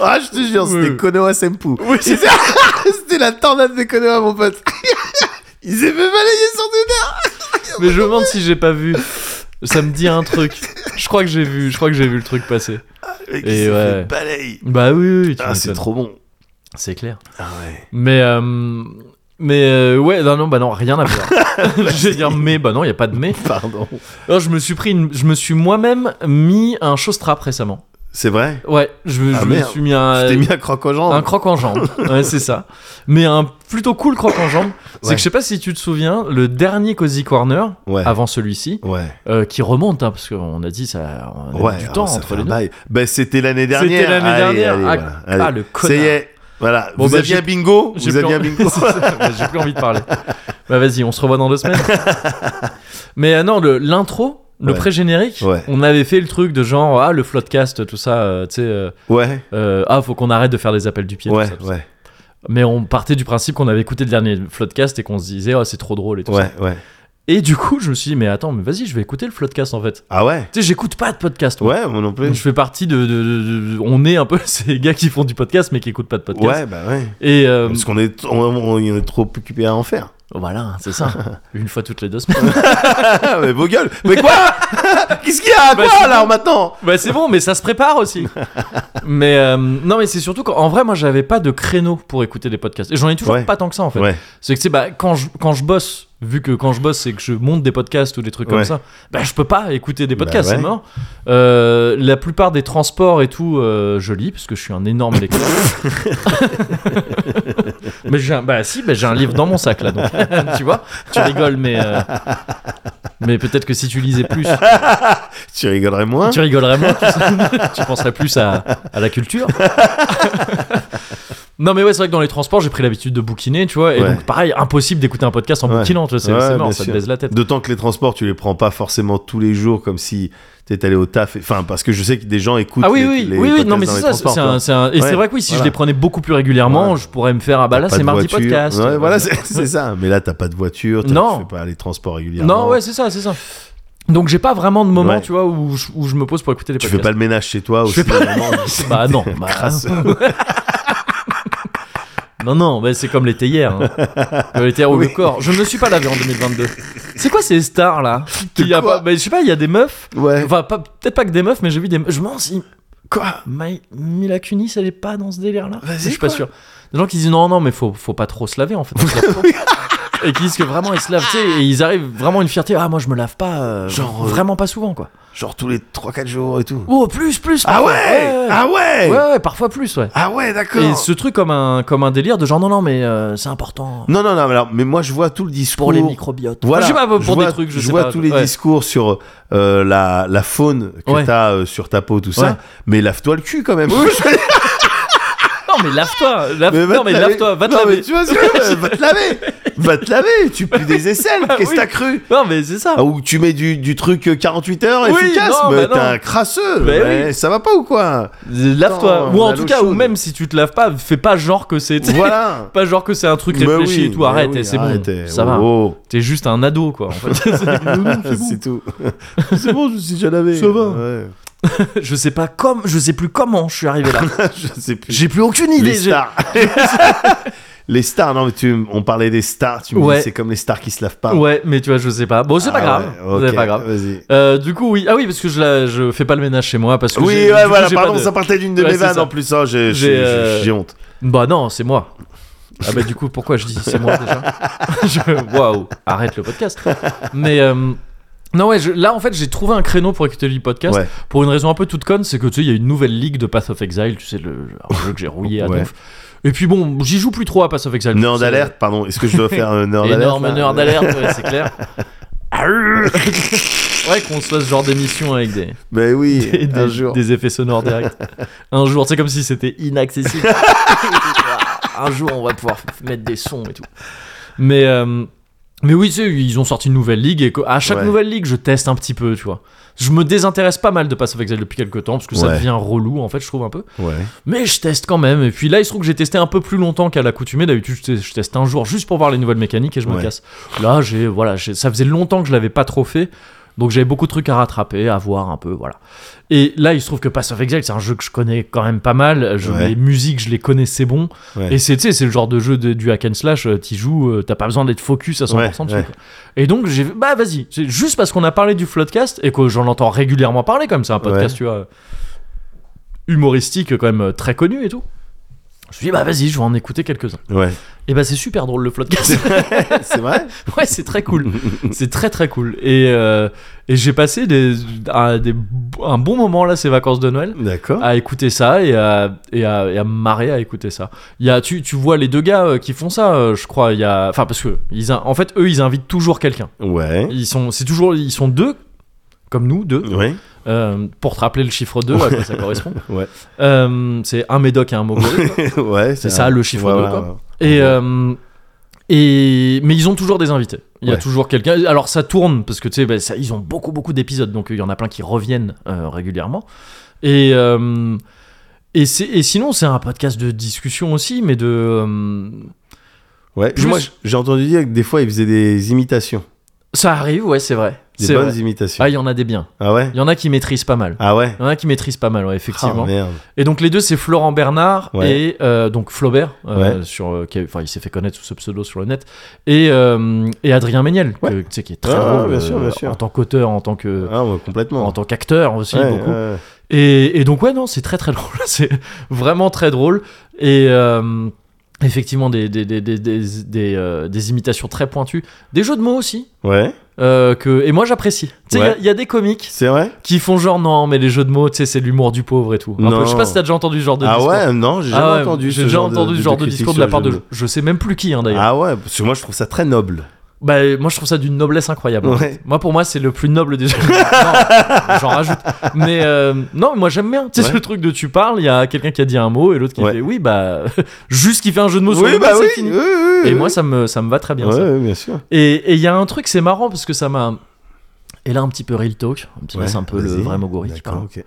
Ah, je te jure, c'était
Oui.
Konoha Senpu. c'était c'était la tornade de Konoha, mon pote. il s'est fait balayer sur Twitter.
mais je me demande si j'ai pas vu. Ça me dit un truc. Je crois que j'ai vu. Je crois que j'ai vu le truc passer.
Mec,
Et
il s'est
ouais.
fait balayer.
Bah oui, oui, oui, tu
Ah, c'est
m'étonnes.
trop bon.
C'est clair.
Ah ouais.
Mais euh, mais euh, ouais, non, non, bah non, rien à voir. je vais dire mais, bah non, il y a pas de mais.
Pardon.
Alors, je me suis pris, une- je me suis moi-même mis un showstrap récemment.
C'est vrai
Ouais, je, me-
Ah,
je me
merde.
suis mis un.
Tu t'es mis un croc aux jambes
Un croc en jambe, ouais, c'est ça. Mais un plutôt cool croc en jambe. C'est
Ouais.
que je sais pas si tu te souviens, le dernier Cozy Corner,
Ouais.
avant celui-ci,
Ouais.
euh, qui remonte, hein, parce qu'on a dit ça, on a
Ouais.
du
alors,
temps
ça fait
entre
un
les deux.
bail. Ben, c'était l'année dernière.
C'était l'année
Allez,
dernière.
allez,
ah,
voilà.
ah,
Allez.
le
Ça y
connard.
est, voilà.
Bon,
vous
bah,
aviez
j'ai-
un bingo
J'ai
Vous
plus
aviez un
envie-
bingo
C'est ça, bah, J'ai plus envie de parler. Bah vas-y, on se revoit dans deux semaines. Mais euh, non, le- l'intro, le
Ouais.
pré-générique,
Ouais.
on avait fait le truc de genre, ah, le floodcast, tout ça, euh, tu sais, euh,
Ouais,
euh, ah, faut qu'on arrête de faire des appels du pied. tout ça,
ouais,
tout ça.
ouais,
Mais on partait du principe qu'on avait écouté le dernier floodcast et qu'on se disait, oh, c'est trop drôle et tout ça.
ouais, ouais.
Et du coup, je me suis dit, mais attends, mais vas-y, je vais écouter le floodcast en fait.
Ah ouais
Tu sais, j'écoute pas de podcast. moi.
Ouais, moi non
Donc,
plus.
je fais partie de, de- de- de- On est un peu ces gars qui font du podcast mais qui écoutent pas de podcast.
Ouais, bah ouais.
Et euh,
Parce qu'on est, on, on est trop occupé à en faire.
voilà, c'est ça. Une fois toutes les deux semaines.
Ah, mais vos gueules Mais quoi Qu'est-ce qu'il y a
Bah,
Quoi,
c'est
là, maintenant
bah c'est bon, mais ça se prépare aussi. mais euh, non, mais c'est surtout qu'en vrai, moi, j'avais pas de créneau pour écouter des podcasts. Et j'en ai toujours
Ouais.
pas tant que ça en fait.
Ouais,
C'est que tu sais, bah, quand, je, quand je bosse, vu que quand je bosse, c'est que je monte des podcasts ou des trucs
Ouais.
comme ça, bah, je peux pas écouter des
Bah
podcasts,
ouais.
c'est mort. Euh, la plupart des transports et tout, euh, je lis, parce que je suis un énorme lecteur. mais j'ai un, bah si, bah, j'ai un livre dans mon sac là, donc tu vois, tu rigoles, mais. euh, mais peut-être que si tu lisais plus,
tu rigolerais moins
tu rigolerais moins, tu, sais. Tu penserais plus à, à la culture. non, mais ouais, c'est vrai que dans les transports, j'ai pris l'habitude de bouquiner, tu vois. Et
Ouais.
donc, pareil, impossible d'écouter un podcast en
Ouais.
bouquinant, tu vois, c'est
Ouais,
c'est
bien
mort, ça te
sûr.
baise la tête.
D'autant que les transports, tu les prends pas forcément tous les jours comme si t'étais allé au taf. et- Enfin, parce que je sais que des gens écoutent.
Ah oui,
les-
oui,
les
oui, oui,
podcasts
non, mais
dans
c'est
les
ça.
transports,
c'est
tu vois.
un- c'est un- Et
Ouais.
c'est vrai que oui, si je
Voilà.
les prenais beaucoup plus régulièrement,
Ouais.
je pourrais me faire, ah bah là,
Pas
c'est
de
mardi
voiture.
podcast.
Ouais,
Euh,
voilà, c'est c'est ça. Mais là, t'as pas de voiture, t'as-
Non.
tu fais pas les transports régulièrement.
Non, ouais, c'est ça, c'est ça. Donc, j'ai pas vraiment de moment,
Ouais.
tu vois, où je, où je me pose pour écouter les
Tu fais
podcasts.
pas le ménage chez toi aussi.
Je fais pas-
vraiment.
Bah non, bah,
Crasse.
Non, non, mais c'est comme les théières. hein. Comme les théières ou
Oui.
le corps. Je ne suis pas lavé en 2022. C'est quoi ces stars là Qu'il y a
quoi Eh.
pas- bah, Je sais pas, il y a des meufs.
Ouais.
Enfin, pas- peut-être pas que des meufs, mais j'ai vu des meufs. Je me demande si
Quoi
My- Mila Kunis, elle est pas dans ce délire là.
Vas-y,
Je suis pas
quoi.
sûr. Des gens qui disent non, non, mais faut, faut pas trop se laver en fait. on se lave trop. et qui disent que vraiment ils se lavent, tu sais, et ils arrivent vraiment à une fierté. Ah, moi je me lave pas. euh,
Genre, euh,
Vraiment pas souvent quoi.
Genre tous les 3-4 jours et tout.
Oh, plus, plus
Ah
parfois.
ouais, Ah ouais,
ouais, ouais, parfois plus, ouais.
Ah ouais,
Et
d'accord.
ce truc comme un, comme un délire de genre non, non, mais euh, c'est important
Non, non, non, mais alors, mais moi je vois tout le discours.
pour les microbiotes.
Voilà,
Enfin, je sais pas, pour
je
des
vois-
trucs, je,
je
sais
vois
pas.
tous les
Ouais.
discours sur euh, la, la faune que
Ouais.
t'as euh, sur ta peau, tout ça.
Ouais.
Mais lave-toi le cul quand même.
Non, mais lave-toi. lave-
Mais va
non,
te
mais
laver.
lave-toi, va te
Non, mais
laver.
tu vois ce que je veux dire, Va te laver. Va te laver. Tu pues des aisselles.
Bah
Qu'est-ce que
oui.
t'as cru
Non, mais c'est ça.
Ah, Ou tu mets du, du truc euh, 48 heures
Oui,
efficace.
non,
mais
bah
t'es
non.
un crasseux.
Bah
Ouais, Ça va pas ou quoi
Lave-toi.
Attends,
Ou
la
en
l'eau
tout cas, ou
chaude.
même si tu te laves pas, fais pas genre que c'est. t'sais,
Voilà.
Pas genre que c'est un truc
Bah
réfléchi
oui,
et tout.
bah
Arrête,
oui,
eh, c'est
arrêtez.
bon. Ça va.
Oh,
T'es juste un ado, quoi. En fait. C'est- non, non,
oh.
c'est
C'est
bon.
tout. C'est bon, je me suis déjà lavé.
Ça va.
Ouais.
Je sais pas comme, je sais plus comment je suis arrivé là.
Je sais plus.
J'ai plus aucune idée.
Les
j'ai-
stars. Les stars, non, mais tu, m- on parlait des stars, tu me dis,
Ouais.
c'est comme les stars qui se lavent pas.
Ouais, mais tu vois, je sais pas. Bon, c'est
Ah
pas grave.
ouais, ok,
C'est pas grave.
Vas-y.
Euh, du coup, oui. Ah oui, parce que je, la- je fais pas le ménage chez moi. Parce que
Oui,
j'ai- du
ouais,
coup,
voilà,
j'ai pas
pardon,
de-
ça partait d'une de
Ouais,
mes
c'est
vannes
ça.
en plus, hein, j'ai
J'ai,
j'ai- j'ai-
euh,
j'ai honte.
Bah non, c'est moi. Ah bah du coup, pourquoi je dis c'est moi déjà Je- Waouh, arrête le podcast. Mais euh, non ouais, je- là en fait j'ai trouvé un créneau pour écouter le podcast
Ouais.
pour une raison un peu toute conne, c'est que tu sais il y a une nouvelle ligue de Path of Exile, tu sais le un jeu que j'ai rouillé à
Ouais.
donf. Et puis bon, j'y joue plus trop à Path of Exile.
Nerd
C'est-
alerte, pardon, est-ce que je dois faire un nerd alerte
Énorme
là
nerd d'alerte, ouais, c'est clair. Arrgh. ouais, qu'on se fasse ce genre d'émission avec des,
Ben oui,
des,
un
des-
jour.
des effets sonores directs. un jour, c'est comme si c'était inaccessible.
Un jour, on va pouvoir f- mettre des sons et tout.
Mais, euh, mais oui, tu sais, ils ont sorti une nouvelle ligue et co- à chaque
Ouais.
nouvelle ligue, je teste un petit peu, tu vois. Je me désintéresse pas mal de Pass of Exile depuis quelques temps parce que ça
Ouais.
devient relou en fait, je trouve un peu.
Ouais.
Mais je teste quand même. Et puis là, il se trouve que j'ai testé un peu plus longtemps qu'à l'accoutumée. D'habitude, je, te- je teste un jour juste pour voir les nouvelles mécaniques et je me
Ouais.
casse. Là, j'ai voilà, j'ai- ça faisait longtemps que je l'avais pas trop fait. Donc j'avais beaucoup de trucs à rattraper, à voir un peu, voilà. Et là, il se trouve que Pass of Exile, c'est un jeu que je connais quand même pas mal. Je-
Ouais.
Les musiques, je les connaissais bon.
Ouais.
Et c'est tu sais, c'est le genre de jeu de- du hack and slash, euh, t'y joues, euh, t'as pas besoin d'être focus à 100% dessus.
Ouais, ouais.
quoi. Et donc j'ai bah vas-y, c'est juste parce qu'on a parlé du floodcast et que j'en entends régulièrement parler comme c'est un podcast tu vois euh, humoristique quand même euh, très connu et tout. Je me suis dit bah vas-y, je vais en écouter quelques-uns.
Ouais.
Et bah c'est super drôle le floodcast.
C'est vrai
ouais, c'est très cool. C'est très très cool. Et, euh, et j'ai passé des, un, des- un bon moment là ces vacances de Noël
D'accord.
à écouter ça et à, et à, et à me marrer à écouter ça. Il y a, tu, tu vois les deux gars euh, qui font ça, euh, je crois. Il y a, enfin parce que ils, in- en fait eux ils invitent toujours quelqu'un.
Ouais.
Ils sont, c'est toujours, ils sont deux, comme nous deux,
Ouais.
euh, pour te rappeler le chiffre 2 à quoi ça correspond.
Ouais.
Euh, c'est un médoc et un mogol.
ouais,
C'est ça, le chiffre
ouais,
deux,
ouais,
quoi.
ouais.
Et, euh, et mais ils ont toujours des invités. Il y a
Ouais.
toujours quelqu'un. Alors ça tourne parce que tu sais, bah, ça- ils ont beaucoup beaucoup d'épisodes, donc euh, il y en a plein qui reviennent euh, régulièrement. Et euh, et, c'est- et sinon c'est un podcast de discussion aussi, mais de euh,
Ouais.
Plus-
Moi, j'ai entendu dire que des fois, ils faisaient des imitations.
ça arrive, ouais, c'est vrai.
Des
C'est
bonnes
vrai.
imitations.
Ah, il y en a des biens.
Ah ouais
Il y en a qui maîtrisent pas mal.
Ah ouais
Il y en a qui maîtrisent pas mal, ouais,
Ah
effectivement.
merde.
Et donc les deux, c'est Florent Bernard
Ouais.
et euh, donc Flaubert, euh,
Ouais.
sur, euh, qui a- enfin il s'est fait connaître sous ce pseudo sur le net, et, euh, et Adrien Méniel, que,
Ouais.
tu sais, qui est très
Ah,
drôle euh,
bien sûr, bien sûr.
en tant qu'auteur, en tant que
Ah, ouais, complètement.
en tant qu'acteur aussi
Ouais,
beaucoup.
ouais.
Et, et donc ouais non, c'est très très drôle, c'est vraiment très drôle et euh, effectivement des des, des, des, des, des, euh, des imitations très pointues, des jeux de mots aussi.
Ouais.
euh, que, et moi j'apprécie. Tu sais, il y a-
Ouais.
il y, a des comiques
C'est vrai
qui font genre non, mais les jeux de mots, tu sais, c'est l'humour du pauvre et tout. Un peu.
Non.
je sais pas si t'as déjà entendu ce genre de
Ah
discours.
ouais, non, j'ai
Ah
jamais
ouais,
entendu.
J'ai
ce
déjà entendu ce genre de,
critique
discours de
sur
la
le
part
jeu
de. Je sais même plus qui hein, d'ailleurs.
Ah ouais, parce que moi, je trouve ça très noble.
Bah, moi je trouve ça d'une noblesse incroyable. en
Ouais.
fait. Moi pour moi c'est le plus noble des. Non, J'en rajoute. Mais euh, non, moi j'aime bien. Tu sais
Ouais.
ce truc de tu parles, il y a quelqu'un qui a dit un mot et l'autre qui
Ouais.
fait oui bah juste qui fait un jeu de mots sur les mots, bah c'est fini.
bah oui,
Et
oui.
moi ça me ça me va très bien.
Ouais,
ça.
ouais, bien sûr.
Et et il y a un truc c'est marrant parce que ça m'a. Et là un petit peu real talk, un petit peu
Ouais,
c'est un peu le
vas-y.
vrai Mogori. qui
D'accord, ok.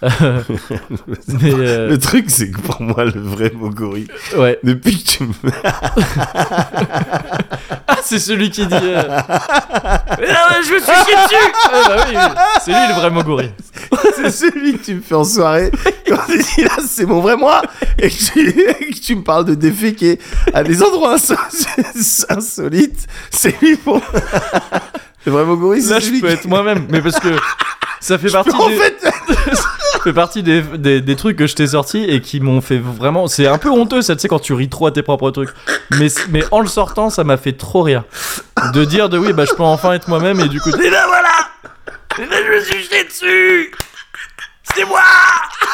parle. Mais euh,
Le truc, c'est que pour moi, le vrai Mogori,
ouais.
depuis que tu me.
Ah, c'est celui qui dit. euh, Mais non, mais je me suis chié dessus Ah, bah oui, C'est lui le vrai Mogori.
C'est celui que tu me fais en soirée quand tu dis là c'est mon vrai moi et que tu, et que tu me parles de déféquer à des endroits inso- insolites. C'est lui pour. Le vrai Mogori,
Là,
c'est
je
celui
peux
qui-
être moi-même, mais parce que ça fait partie,
En
des,
fait,
ça fait partie des, des, des trucs que je t'ai sortis et qui m'ont fait vraiment. C'est un peu honteux, ça, tu sais, quand tu ris trop à tes propres trucs. Mais, mais en le sortant, ça m'a fait trop rire. De dire de oui, bah je peux enfin être moi-même et du coup. Et là,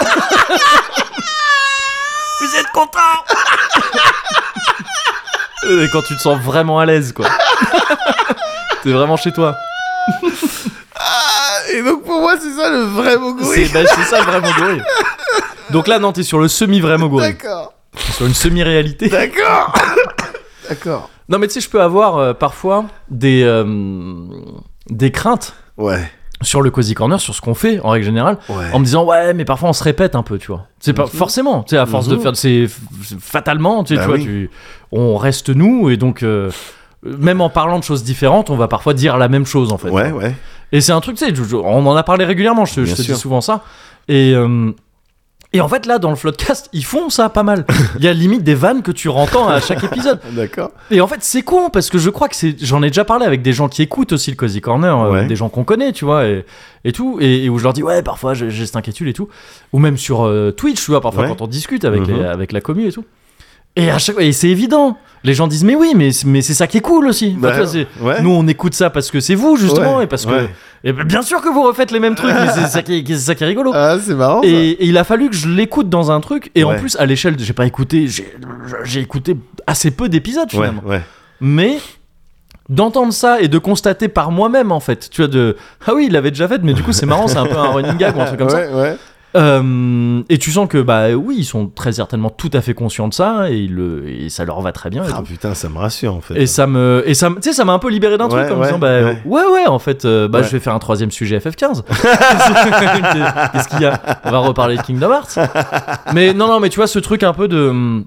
voilà Et là, je me suis jeté dessus C'est moi Vous êtes content Quand tu te sens vraiment à l'aise, quoi. T'es vraiment chez toi.
Ah, et donc pour moi, c'est ça le vrai Mogori.
C'est bah, c'est ça le vrai Moguri. Donc là, non, t'es sur le semi-vrai Moguri.
D'accord,
T'es sur une semi-réalité.
d'accord, d'accord.
Non, mais tu sais, je peux avoir euh, parfois des, euh, des craintes
Ouais,
sur le Cozy Corner, sur ce qu'on fait en règle générale,
ouais.
en me disant ouais, mais parfois on se répète un peu, tu vois. C'est pas forcément, tu sais, à force de
Mhm.
faire, c'est f- fatalement, tu sais,
Bah
tu vois,
oui.
tu- on reste nous et donc. euh, même en parlant de choses différentes, on va parfois dire la même chose en fait.
Ouais, ouais.
Et c'est un truc, tu sais, je- je- on en a parlé régulièrement, je, te- je
Bien
te dis
sûr.
souvent ça. Et, euh, Et en fait, là, dans le Floodcast, ils font ça pas mal. Il y a limite des vannes que tu rentends à chaque épisode.
D'accord.
Et en fait, c'est con parce que je crois que c'est. J'en ai déjà parlé avec des gens qui écoutent aussi le Cozy Corner, euh,
Ouais.
des gens qu'on connaît, tu vois, et, et tout. Et, et où je leur dis, ouais, parfois j'ai j'ai cette inquiétude et tout. Ou même sur euh, Twitch, tu vois, parfois
Ouais.
quand on discute avec, les-
Mhm.
avec la commu et tout. Et, à chaque... et c'est évident. Les gens disent, mais oui, mais, c'est- mais c'est ça qui est cool aussi. Enfin, tu vois, c'est-
Bah, ouais.
Nous, on écoute ça parce que c'est vous, justement,
Ouais.
et parce
Ouais.
que. Et ben, bien sûr que vous refaites les mêmes trucs, mais c'est ça qui, c'est ça qui est rigolo.
Ah, c'est marrant.
Oh.
ça.
Et, et il a fallu que je l'écoute dans un truc. Et en
Ouais.
plus, à l'échelle, de- j'ai pas écouté, j'ai j'ai écouté assez peu d'épisodes
Ouais,
finalement.
ouais.
Mais d'entendre ça et de constater par moi-même en fait, tu vois, de ah oui, il l'avait déjà fait, mais du coup, c'est marrant, c'est un peu un running gag ou un truc comme ça. Ah,
Ouais, ouais.
Euh, et tu sens que bah oui, ils sont très certainement tout à fait conscients de ça et, ils le- et ça leur va très bien. Et
Ah
tout.
putain, ça me rassure en fait.
Et ça me, et ça, me- tu sais, ça m'a un peu libéré d'un
Ouais,
truc en me
ouais,
disant, bah ouais,
ouais.
ouais, en fait, euh, bah
Ouais.
je vais faire un troisième sujet FF15. Qu'est-ce- Qu'est-ce qu'il y a On va reparler de Kingdom Hearts. Mais non, non, mais tu vois ce truc un peu de, hum,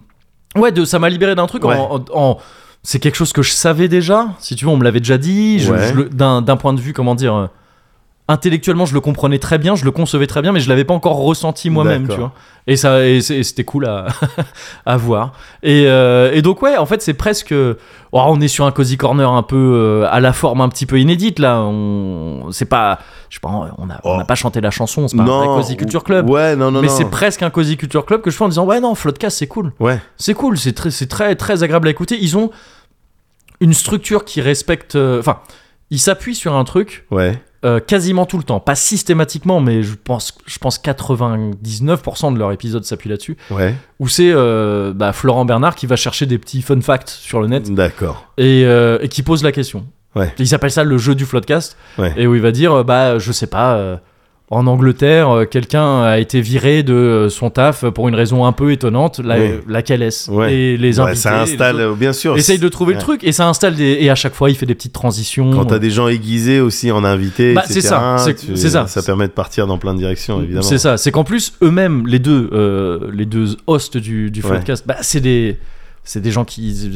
ouais, de, ça m'a libéré d'un truc en-
Ouais.
en- en- c'est quelque chose que je savais déjà. Si tu veux, on me l'avait déjà dit. je-
Ouais.
je le- d'un, d'un point de vue, comment dire. euh, Intellectuellement, je le comprenais très bien, je le concevais très bien, mais je l'avais pas encore ressenti moi-même, tu
D'accord.
vois. Et ça, et c'est- et c'était cool à, à voir. Et, euh, et donc ouais, en fait c'est presque, oh, on est sur un cozy corner un peu euh, à la forme un petit peu inédite là. On, c'est pas, je sais pas, on a, on a
Oh.
pas chanté la chanson, c'est pas un vrai cozy culture club.
Ouais, non, non,
mais
non.
c'est presque un cozy culture club que je fais en disant ouais non, Floodcast c'est cool,
Ouais,
c'est cool, c'est très, c'est très très agréable à écouter. Ils ont une structure qui respecte, euh, enfin, ils s'appuient sur un truc
ouais.
euh, quasiment tout le temps, pas systématiquement, mais je pense, je pense 99% de leur épisode s'appuie là-dessus,
Ouais,
où c'est euh, bah, Florent Bernard qui va chercher des petits fun facts sur le net
d'accord.
et, euh, et qui pose la question.
Ouais.
Ils appellent ça le jeu du floodcast,
Ouais.
et où il va dire, euh, bah, je sais pas, euh, en Angleterre, euh, quelqu'un a été viré de euh, son taf pour une raison un peu étonnante, la- euh,
Ouais.
laquelle est-ce
Ouais.
Et les
Ouais,
invités,
ça installe,
les autres,
euh, bien sûr.
essayent de trouver le
Ouais.
truc, et ça installe des... Et à chaque fois, il fait des petites transitions.
Quand t'as des gens aiguisés aussi en invité,
Mhm. Bah, c'est
etc.,
ça, c'est-
tu-
c'est ça.
Ça permet de partir dans plein de directions, évidemment.
C'est ça, c'est qu'en plus, eux-mêmes, les deux, euh, les deux hosts du, du
Ouais.
podcast, bah, c'est des. C'est des gens qui.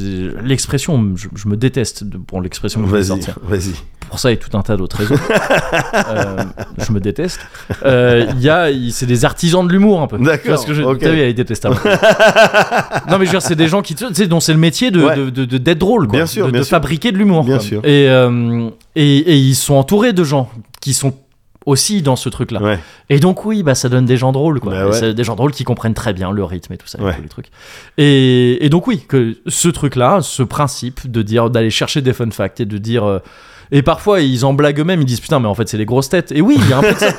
L'expression, je, je me déteste de- pour l'expression que je vais
Vas-y,
sortir.
vas-y.
Pour ça et tout un tas d'autres raisons. Euh, je me déteste. Euh, Il y a, il- c'est des artisans de l'humour un peu.
D'accord,
Tu vois ce que je.
ok.
T'as vu, elle est détestable. non mais je veux dire, c'est des gens qui, tu sais, dont c'est le métier de
Ouais.
de- de- de- d'être drôle, quoi.
Bien sûr,
de,
bien
de
sûr.
fabriquer de l'humour.
Bien
quoi.
sûr.
Et, euh, et et ils sont entourés de gens qui sont aussi dans ce truc-là.
Ouais,
Et donc oui, bah ça donne des gens drôles, quoi.
Bah ouais.
C'est Euh, Des gens drôles qui comprennent très bien le rythme et tout ça, et
Ouais.
tous les trucs. Et, et donc oui, que ce truc-là, ce principe de dire d'aller chercher des fun facts et de dire euh, et parfois ils en blaguent eux-mêmes, ils disent putain mais en fait c'est les grosses têtes. Et oui, il y a un peu de ça,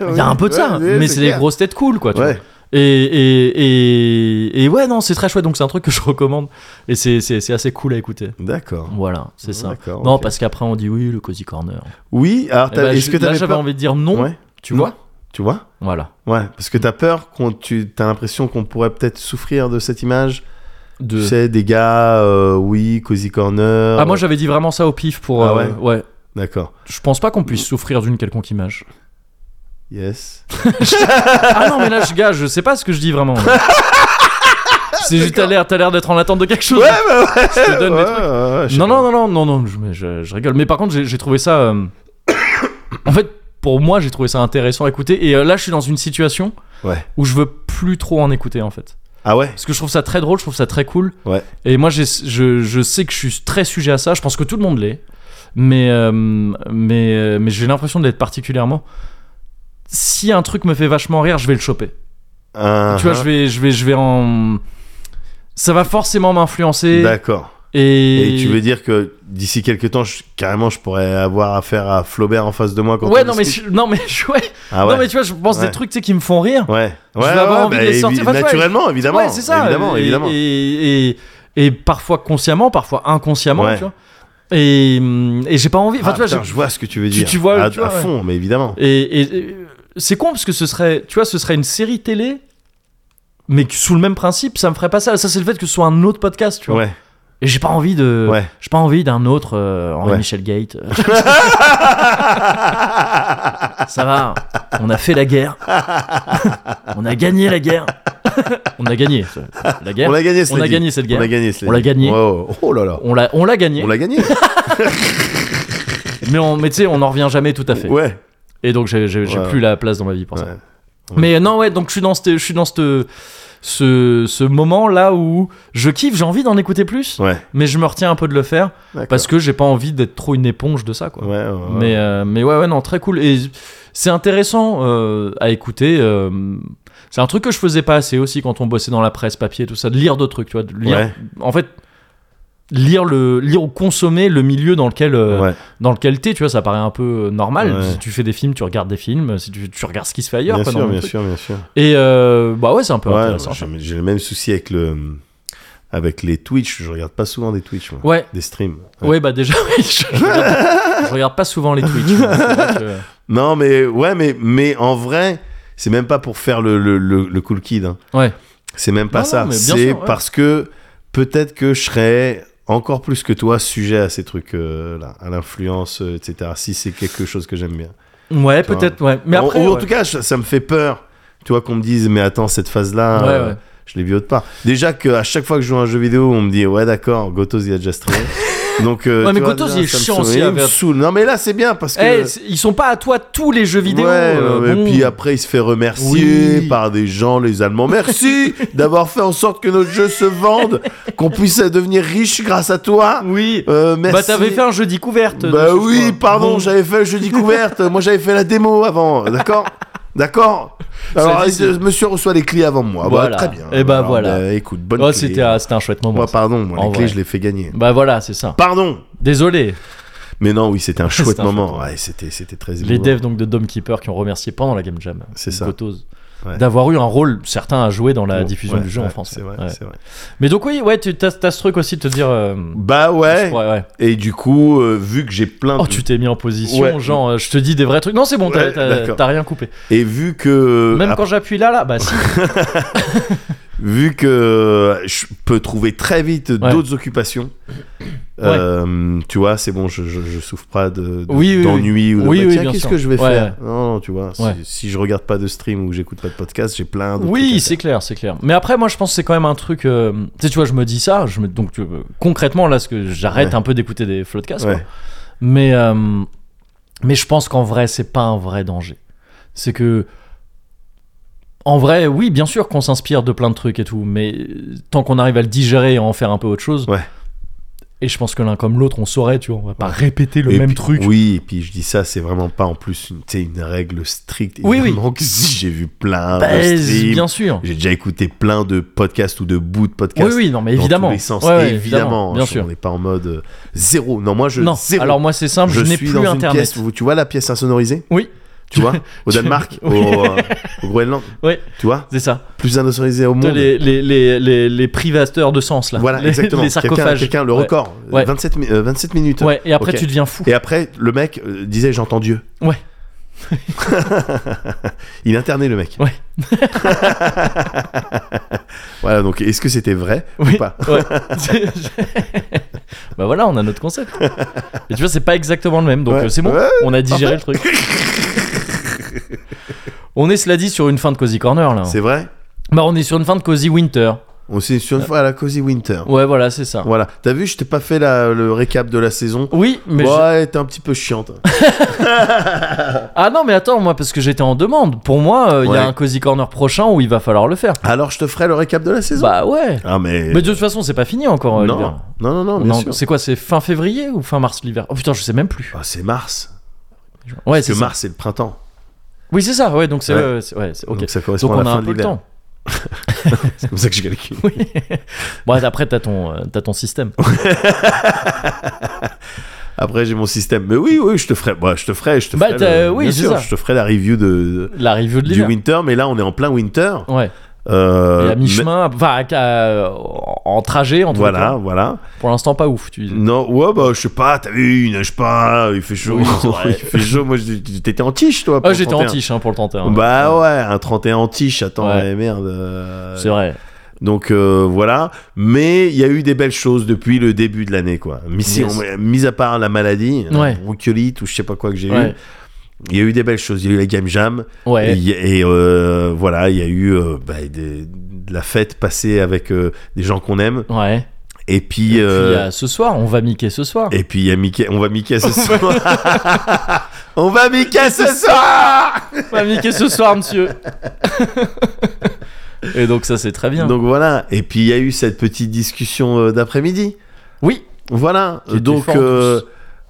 il y a un peu de ça,
Ouais,
mais c'est les
clair.
grosses têtes cool, quoi. tu vois.
Ouais,
Et, et, et, et ouais non, c'est très chouette, donc c'est un truc que je recommande et c'est c'est- c'est assez cool à écouter.
d'accord.
Voilà, c'est ça.
D'accord,
Non,
ok.
parce qu'après on dit oui le cozy corner.
Oui, alors
Eh
t'as-
ben,
est-ce
je-
que
là
t'avais
j'avais
peur
envie de dire non,
Ouais,
tu
Non.
vois
tu vois
Voilà.
Ouais, parce que t'as peur, qu'on, tu as l'impression qu'on pourrait peut-être souffrir de cette image.
De...
Tu sais, des gars, euh, oui, Cozy Corner.
Ah, moi j'avais dit vraiment ça au pif pour.
euh, Ah
euh, ouais.
D'accord.
Je pense pas qu'on puisse souffrir d'une quelconque image.
Yes.
Ah non, mais là, je, gars, je sais pas ce que je dis vraiment. C'est juste, t'as l'air t'as l'air d'être en attente de quelque chose. Je te donne des trucs. Non, non, non, non, non, non, je, mais je- je rigole. Mais par contre, j'ai j'ai trouvé ça. euh, En fait, pour moi, j'ai trouvé ça intéressant à écouter. Et euh, là, je suis dans une situation
Ouais.
où je veux plus trop en écouter, en fait.
Ah ouais
Parce que je trouve ça très drôle, je trouve ça très cool.
Ouais.
Et moi, j'ai- je, je sais que je suis très sujet à ça. Je pense que tout le monde l'est. Mais, euh, mais, euh, mais j'ai l'impression d'être particulièrement. Si un truc me fait vachement rire, je vais le choper.
Ah,
Tu vois,
ah.
je vais, je vais, je vais en. Ça va forcément m'influencer.
D'accord.
Et...
Et... tu veux dire que d'ici quelques temps, je- carrément, je pourrais avoir affaire à Flaubert en face de moi quand
Ouais,
on
non mais,
discute.
je- non, mais, ouais.
Ah ouais.
non, mais tu vois, je pense des
Ouais.
trucs tu sais, qui me font rire.
Ouais.
je vais
Ouais,
avoir
ouais,
envie de
bah,
les sortir.
évi-
Enfin, tu vois,
naturellement, évidemment.
Ouais, c'est ça.
Évidemment,
et,
évidemment.
Et, et, et parfois consciemment, parfois inconsciemment,
Ouais.
tu vois. Et, hum, et j'ai pas envie. Enfin,
Ah,
tu vois,
putain,
j'ai-
je vois ce que tu veux
tu-
dire.
tu vois,
à,
tu vois,
à
ouais.
fond, mais évidemment.
et, et- et c'est con parce que ce serait, tu vois, ce serait une série télé, mais que sous le même principe, ça me ferait pas ça. Ça, c'est le fait que ce soit un autre podcast, tu vois.
Ouais,
Et j'ai pas envie de,
ouais.
j'ai pas envie d'un autre euh, Henri
Ouais.
Michel Gate. ça va, on a fait la guerre, on a gagné la guerre, on a gagné la guerre.
On a gagné, cela
On a
dit.
gagné cette
On
guerre.
l'a gagné, cela
On l'a
dit.
gagné.
Ouais, ouais. Oh là là.
On l'a, on l'a gagné.
On l'a gagné.
Mais on, mais tu sais, on n'en revient jamais tout à fait.
Ouais.
Et donc j'ai, j'ai- j'ai
Ouais.
plus la place dans ma vie pour ça.
Ouais.
Mais euh, non, ouais, donc je suis dans cette- je suis dans cette- ce, ce moment là où je kiffe, j'ai envie d'en écouter plus,
Ouais.
mais je me retiens un peu de le faire
D'accord.
parce que j'ai pas envie d'être trop une éponge de ça, quoi.
Ouais, ouais, ouais.
Mais, euh, mais ouais, ouais, non, très cool. Et c'est intéressant euh, à écouter. euh, c'est un truc que je faisais pas assez aussi quand on bossait dans la presse, papier, tout ça, de lire d'autres trucs, tu vois. de lire-
Ouais.
En fait, lire, le, lire ou consommer le milieu dans lequel, euh,
Ouais,
dans lequel t'es, tu vois, ça paraît un peu euh, normal.
Ouais.
Si tu fais des films, tu regardes des films. Si tu, tu regardes ce qui se fait ailleurs,
bien
quoi, dans
sûr,
le
bien
truc.
sûr, bien sûr.
Et euh, bah ouais, c'est un peu
Ouais,
intéressant.
j'ai- j'ai le même souci avec le avec les Twitch. Je regarde pas souvent des Twitch, moi.
Ouais,
des streams.
ouais, bah déjà, oui, je, je regarde, je regarde pas souvent les Twitch. mais c'est vrai que-
Non, mais ouais, mais mais en vrai, c'est même pas pour faire le le, le, le cool kid. hein.
Ouais.
C'est même pas
Non,
ça.
non, mais bien
C'est
sûr, ouais.
parce que peut-être que je serais encore plus que toi sujet à ces trucs euh, là, à l'influence, euh, etc. Si c'est quelque chose que j'aime bien.
Ouais,
Tu vois.
peut-être, ouais. Mais
En-
après,
ou en
ouais.
tout cas, ça, ça me fait peur. Tu vois qu'on me dise, mais attends, cette phase-là,
Ouais,
euh,
ouais.
je l'ai vu autre part. Déjà qu'à chaque fois que je joue à un jeu vidéo, on me dit, ouais, d'accord, Gotos, il a déjà streamé. Donc, euh,
Ouais,
tu
mais
vois,
Gotos,
déjà,
il est
ça me
chiant
saoule.
aussi
Il
à
me
faire.
saoule. Non, mais là, c'est bien parce que.
Eh, c'est- ils sont pas à toi tous les jeux vidéo.
Ouais,
euh,
ouais,
bon.
Et puis après, il se fait remercier
Oui.
par des gens, les Allemands. Merci d'avoir fait en sorte que notre jeu se vende, qu'on puisse devenir riche grâce à toi.
oui.
Euh, merci.
Bah t'avais fait un jeu découverte. de
Bah
ce
oui,
choix.
pardon,
Bon.
j'avais fait le jeu découverte. Moi, j'avais fait la démo avant, d'accord D'accord Alors,
dit, c'est-
euh, monsieur reçoit les clés avant moi. Bah,
Voilà.
très bien.
Eh ben,
Alors,
voilà.
bah, écoute, bonne
Oh,
clé.
c'était ah, c'était un chouette moment.
Moi,
ça.
pardon, moi,
En
les clés,
vrai.
je les fais gagner.
Bah voilà, c'est ça.
Pardon
Désolé.
Mais non, oui, c'était un chouette
un
moment.
chouette moment.
Ouais, c'était, c'était très
Les
émouvant.
devs donc de Dome Keeper qui ont remercié pendant la Game Jam.
C'est ça.
Gotoz,
Ouais.
D'avoir eu un rôle certain à jouer dans la
Bon,
diffusion
ouais,
du jeu en
ouais,
France.
C'est vrai,
Ouais.
c'est vrai.
Mais donc oui, ouais, tu t'as t'as ce truc aussi de te dire. euh,
Bah ouais.
je crois, ouais.
Et du coup, euh, vu que j'ai plein de...
Oh, tu t'es mis en position,
Ouais.
genre, euh, je te dis des vrais trucs. Non, c'est bon, t'as-
Ouais,
t'as
d'accord. Euh,
t'as rien coupé.
Et vu que...
Même
ap-
quand j'appuie là, là, bah
Ah,
si.
Vu que je peux trouver très vite d'autres occupations... euh, tu vois, c'est bon, je, je, je souffre pas de, de-
Oui, oui,
d'ennui ou de
Oui,
bah,
oui,
tiens,
bien
qu'est-ce
sûr.
que je vais
Ouais.
faire Non, non, tu vois, si,
Ouais.
si je regarde pas de stream ou que j'écoute pas de podcast, j'ai plein de
Oui, c'est clair, c'est clair. Mais après, moi, je pense que c'est quand même un truc. euh, tu sais, tu vois, je me dis ça. Je me, donc, tu- euh, concrètement, là, ce que j'arrête
Ouais.
un peu d'écouter des floodcasts. quoi.
Ouais.
Mais, euh, mais je pense qu'en vrai, c'est pas un vrai danger. C'est que. En vrai, oui, bien sûr qu'on s'inspire de plein de trucs et tout, mais euh, tant qu'on arrive à le digérer et à en faire un peu autre chose.
Ouais.
Et je pense que l'un comme l'autre, on saurait, tu vois, on va pas répéter le
Et
même
puis-
truc.
Oui, et puis je dis ça, c'est vraiment pas en plus une, tu sais, une règle stricte.
Oui, oui.
Évidemment que si j'ai vu plein
Bah,
de streams,
bien sûr.
j'ai déjà écouté plein de podcasts ou de bouts de podcasts.
Oui, oui, non, mais
dans
évidemment.
tous les sens,
Ouais, ouais,
évidemment. hein,
bien
Je-
sûr.
On n'est pas en mode euh, zéro. Non, moi je
non,
zéro.
alors moi, c'est simple, je,
je
n'ai
suis dans
plus
une
Internet.
pièce. vous- Tu vois la pièce insonorisée
Oui.
Tu vois Au Danemark, au,
Oui.
euh, au Groenland.
Oui.
Tu vois
C'est ça.
Plus insonorisé au
Toi,
monde.
les, les, les, les, les privateurs de sens, là.
Voilà,
les,
exactement.
Les
Quelqu'un-
sarcophages.
Quelqu'un, le
Ouais.
record.
Ouais.
27, mi- euh, 27 minutes.
Ouais, et après,
Ok.
tu deviens fou.
Et après, le mec euh, disait J'entends Dieu.
Ouais.
Il internait le mec.
Ouais.
voilà, donc est-ce que c'était vrai
Oui.
ou pas
Ouais. bah voilà, on a notre concept. Et tu vois, c'est pas exactement le même, donc
Ouais.
euh, c'est bon,
Ouais.
on a digéré le truc. on est, cela dit, sur une fin de Cozy Corner, là.
C'est vrai
Bah, on est sur une fin de Cozy Winter.
On s'est sur une fois à la Cozy Winter.
Euh. Ouais, voilà, c'est ça.
Voilà. T'as vu, je t'ai pas fait la- le récap de la saison.
Oui, mais je-
ouais, t'es un petit peu chiante.
Ah non, mais attends, moi, parce que j'étais en demande. Pour moi, euh, il y
Ouais.
a un Cozy Corner prochain où il va falloir le faire.
Alors je te ferai le récap de la saison.
Bah ouais.
Ah mais.
Mais de toute façon, c'est pas fini encore, euh,
non.
l'hiver.
non, non, non, bien
Non,
sûr.
C'est quoi C'est fin février ou fin mars l'hiver Oh putain, je sais même plus.
Ah, c'est mars.
Ouais,
Parce
c'est
que
ça.
mars, c'est le printemps.
Oui, c'est ça. Ouais, donc c'est
Ouais.
ouais, c'est- ouais, c'est- ok.
Donc
Donc,
ça correspond à
on
la
a
fin
un
de
peu le
l'hiver.
temps.
C'est comme ça que je calcule.
Bon, après t'as ton euh, t'as ton système.
Après, j'ai mon système. Mais oui, oui, je te ferai. Bah, je te ferai. Je te
Bah,
ferai
t'as-
le-
oui,
bien
c'est
sûr,
ça.
Je te ferai la review de,
La review de
du
l'hiver.
winter. Mais là, on est en plein winter.
Ouais.
Euh,
Et à
mais-
mi-chemin, enfin à- à- en trajet en tout
Voilà,
cas.
voilà.
Pour l'instant, pas ouf. Tu...
Non, ouais, bah, je sais pas, t'as vu, il neige pas, il fait chaud.
Oui, c'est vrai.
il fait chaud. Moi, je- t'étais en tige, toi. pour
Ah,
le
j'étais
31.
en tiche hein, pour le 31.
Bah ouais, un 31 en tige, attends,
Ouais.
eh, merde. euh,
C'est vrai.
Donc euh, voilà, mais il y a eu des belles choses depuis le début de l'année quoi. Mais si
Yes.
on- mis à part la maladie, la
Ouais.
bronchiolite ou je sais pas quoi que j'ai eu,
Ouais.
il y a eu des belles choses. Il y a eu la game jam et,
Ouais.
il y a- et, euh, voilà, il y a eu euh, bah, des- de la fête passée avec euh, des gens qu'on aime.
Ouais.
Et puis
Puis,
euh,
euh, ce soir, on va miquer ce soir.
et puis il y a Mickey, on va Mickey ce soir. On va Mika ce soir
Pas Mickey ce soir, monsieur. Et donc ça c'est très bien.
Donc voilà, et puis il y a eu cette petite discussion euh, d'après-midi.
oui.
Voilà,
Qui était
donc
fort, en
euh,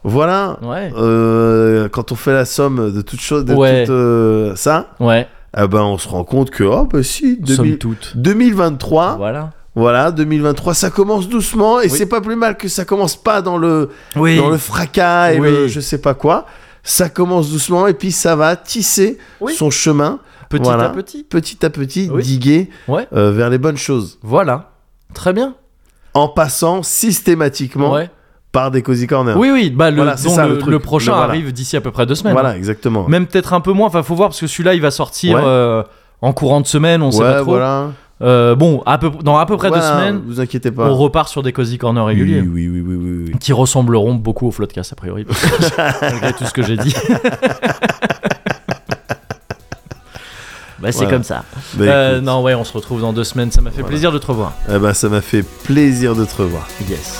voilà,
Ouais.
euh, quand on fait la somme de toutes choses, de
Ouais.
tout, euh, ça,
Ouais.
eh ben on se rend compte que, oh bah si, 2000
Somme toute.
2023,
Voilà.
voilà, 2023, ça commence doucement, et
Oui.
c'est pas plus mal que ça commence pas dans le,
Oui.
dans le fracas et
Oui.
le je sais pas quoi. Ça commence doucement, et puis ça va tisser
Oui.
son chemin,
Petit
voilà.
à petit.
petit à petit,
Oui.
diguer
Ouais.
euh, vers les bonnes choses.
Voilà. Très bien.
En passant systématiquement
Ouais.
par des cozy corners.
Oui, oui. Bah, le,
Voilà, c'est
dont
ça,
le,
le truc.
le prochain
Le voilà.
arrive d'ici à peu près deux semaines. hein.
Voilà, exactement.
Même peut-être un peu moins. Enfin, faut voir parce que celui-là, il va sortir
Ouais.
euh, en courant de semaine. On sait
ouais,
pas trop.
voilà.
Euh, bon, à peu, dans à peu près deux
Voilà,
semaines,
Vous inquiétez pas.
on repart sur des cozy corners réguliers.
Oui, oui, oui, oui, oui, oui.
Qui ressembleront beaucoup au Floodcast, a priori. Malgré tout ce que j'ai dit.
Bah, c'est
Voilà.
comme ça.
Bah,
Euh,
écoute,
non, ouais, on se retrouve dans deux semaines. Ça m'a fait plaisir de te revoir.
eh ben, ça m'a fait plaisir de te revoir.
Yes.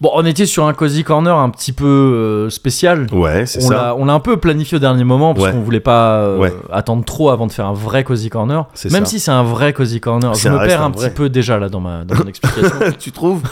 Bon, on était sur un cozy corner un petit peu euh, spécial.
Ouais, c'est
On
ça.
l'a, on l'a un peu planifié au dernier moment parce
Ouais.
qu'on voulait pas euh,
Ouais.
attendre trop avant de faire un vrai cozy corner.
C'est
Même
ça.
si c'est un vrai cozy corner,
C'est
je
un-
me
reste
perds
un
un
vrai.
petit peu déjà là dans ma dans mon explication.
tu trouves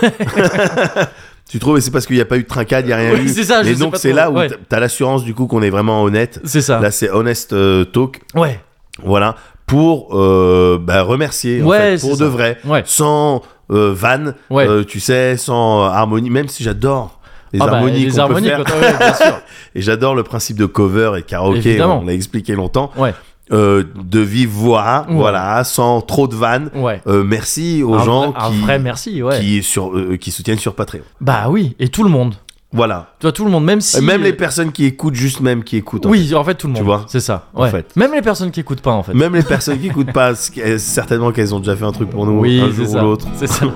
Tu trouves, et c'est parce qu'il n'y a pas eu de trincade, il n'y a rien
Oui,
eu.
c'est ça, je
et
sais
donc,
pas
c'est
trop,
là où
ouais.
t'as- t'as l'assurance du coup qu'on est vraiment honnête.
c'est ça.
Là, c'est honest euh, talk.
Ouais,
Voilà. Pour euh, bah, remercier, en
Ouais,
fait, pour
c'est
de
ça.
vrai.
ouais,
Sans euh, vanne,
ouais.
euh, tu sais, sans euh, harmonie, même si j'adore les
Ah bah,
harmonies
les
qu'on peut
harmonies,
faire.
quand- ouais, bien sûr.
Et j'adore le principe de cover et de karaoké,
Évidemment.
on l'a expliqué longtemps.
Ouais.
Euh, de vive voix,
Ouais.
voilà, sans trop de vannes.
Ouais.
Euh, merci aux
un,
gens
vrai- un
qui,
vrai merci, ouais.
qui, sur, euh, qui soutiennent sur Patreon.
Bah oui, et tout le monde.
Voilà.
Tu vois, tout le monde, même si. euh,
Et même les personnes qui écoutent, juste même qui écoutent. en
Oui, en fait, tout le
Tu
monde.
vois
C'est ça.
En
ouais.
fait.
Même les personnes qui écoutent pas, en fait.
fait. Même les personnes qui écoutent pas, ce qui- euh, certainement qu'elles ont déjà fait un truc pour nous
oui,
un
c'est
jour
ça.
ou l'autre.
C'est ça.
Donc,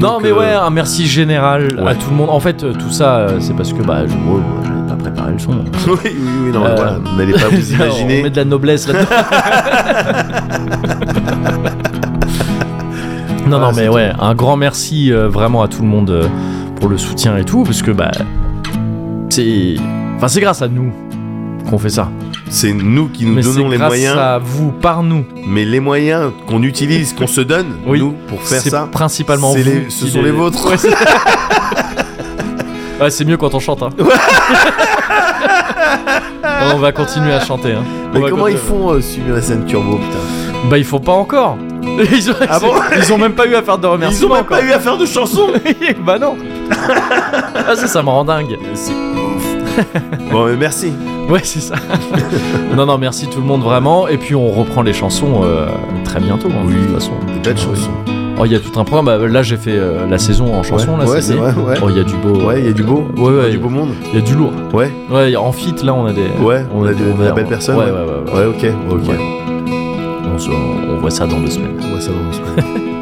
non, mais
euh,
ouais, hein. un merci général
ouais.
à tout le monde. En fait, euh, tout ça, euh, c'est parce que bah, je moi, moi, j'avais pas préparé le son.
oui, oui, oui, non, mais
Euh,
voilà, n'allez pas Bah, vous
On met
imaginer.
de la noblesse là-dedans. non,
Voilà,
non, mais
Ah, c'est
ouais, un grand merci euh, vraiment à tout le monde euh, pour le soutien et tout, parce que bah, c'est, enfin, c'est grâce à nous qu'on fait ça.
C'est nous qui nous
mais c'est
donnons les
grâce
moyens,
à vous, par nous.
mais les moyens qu'on utilise, qu'on se donne,
Oui.
nous, pour faire
C'est
ça,
principalement
c'est
vous
les- ce
qui
sont les vôtres.
Ouais, c'est... Ouais, c'est mieux quand on chante. hein. on va continuer à chanter. hein. On
Mais
va
comment ils
continuer.
font euh, subir la scène turbo, putain
Bah, ils font pas encore. Ils ont,
Ah bon
ils ont même pas eu à faire de
Ils ont
remerciements
même pas eu à faire de chansons
encore. bah non. ah, ça, ça me rend dingue.
C'est ouf Bon, mais merci
Ouais, c'est ça. non, non, merci tout le monde vraiment. Et puis on reprend les chansons euh, très bientôt. hein,
Oui.
de toute façon.
Des belles chansons.
Oh, il y a tout un programme. Bah, là, j'ai fait euh, la saison en chansons.
ouais,
là,
ouais
cette
c'est
année.
vrai, ouais.
Oh, il y a du beau.
Ouais, il y a du beau.
Ouais, ouais,
Du beau monde
Il y a du lourd.
Ouais,
Ouais, en fit là on a des.
ouais, on, a de, de la belle
on-
personne
Ouais, ouais, ouais. ouais.
Ouais, ok, ok.
On, se- on voit ça dans deux semaines.
On voit ça dans une semaine.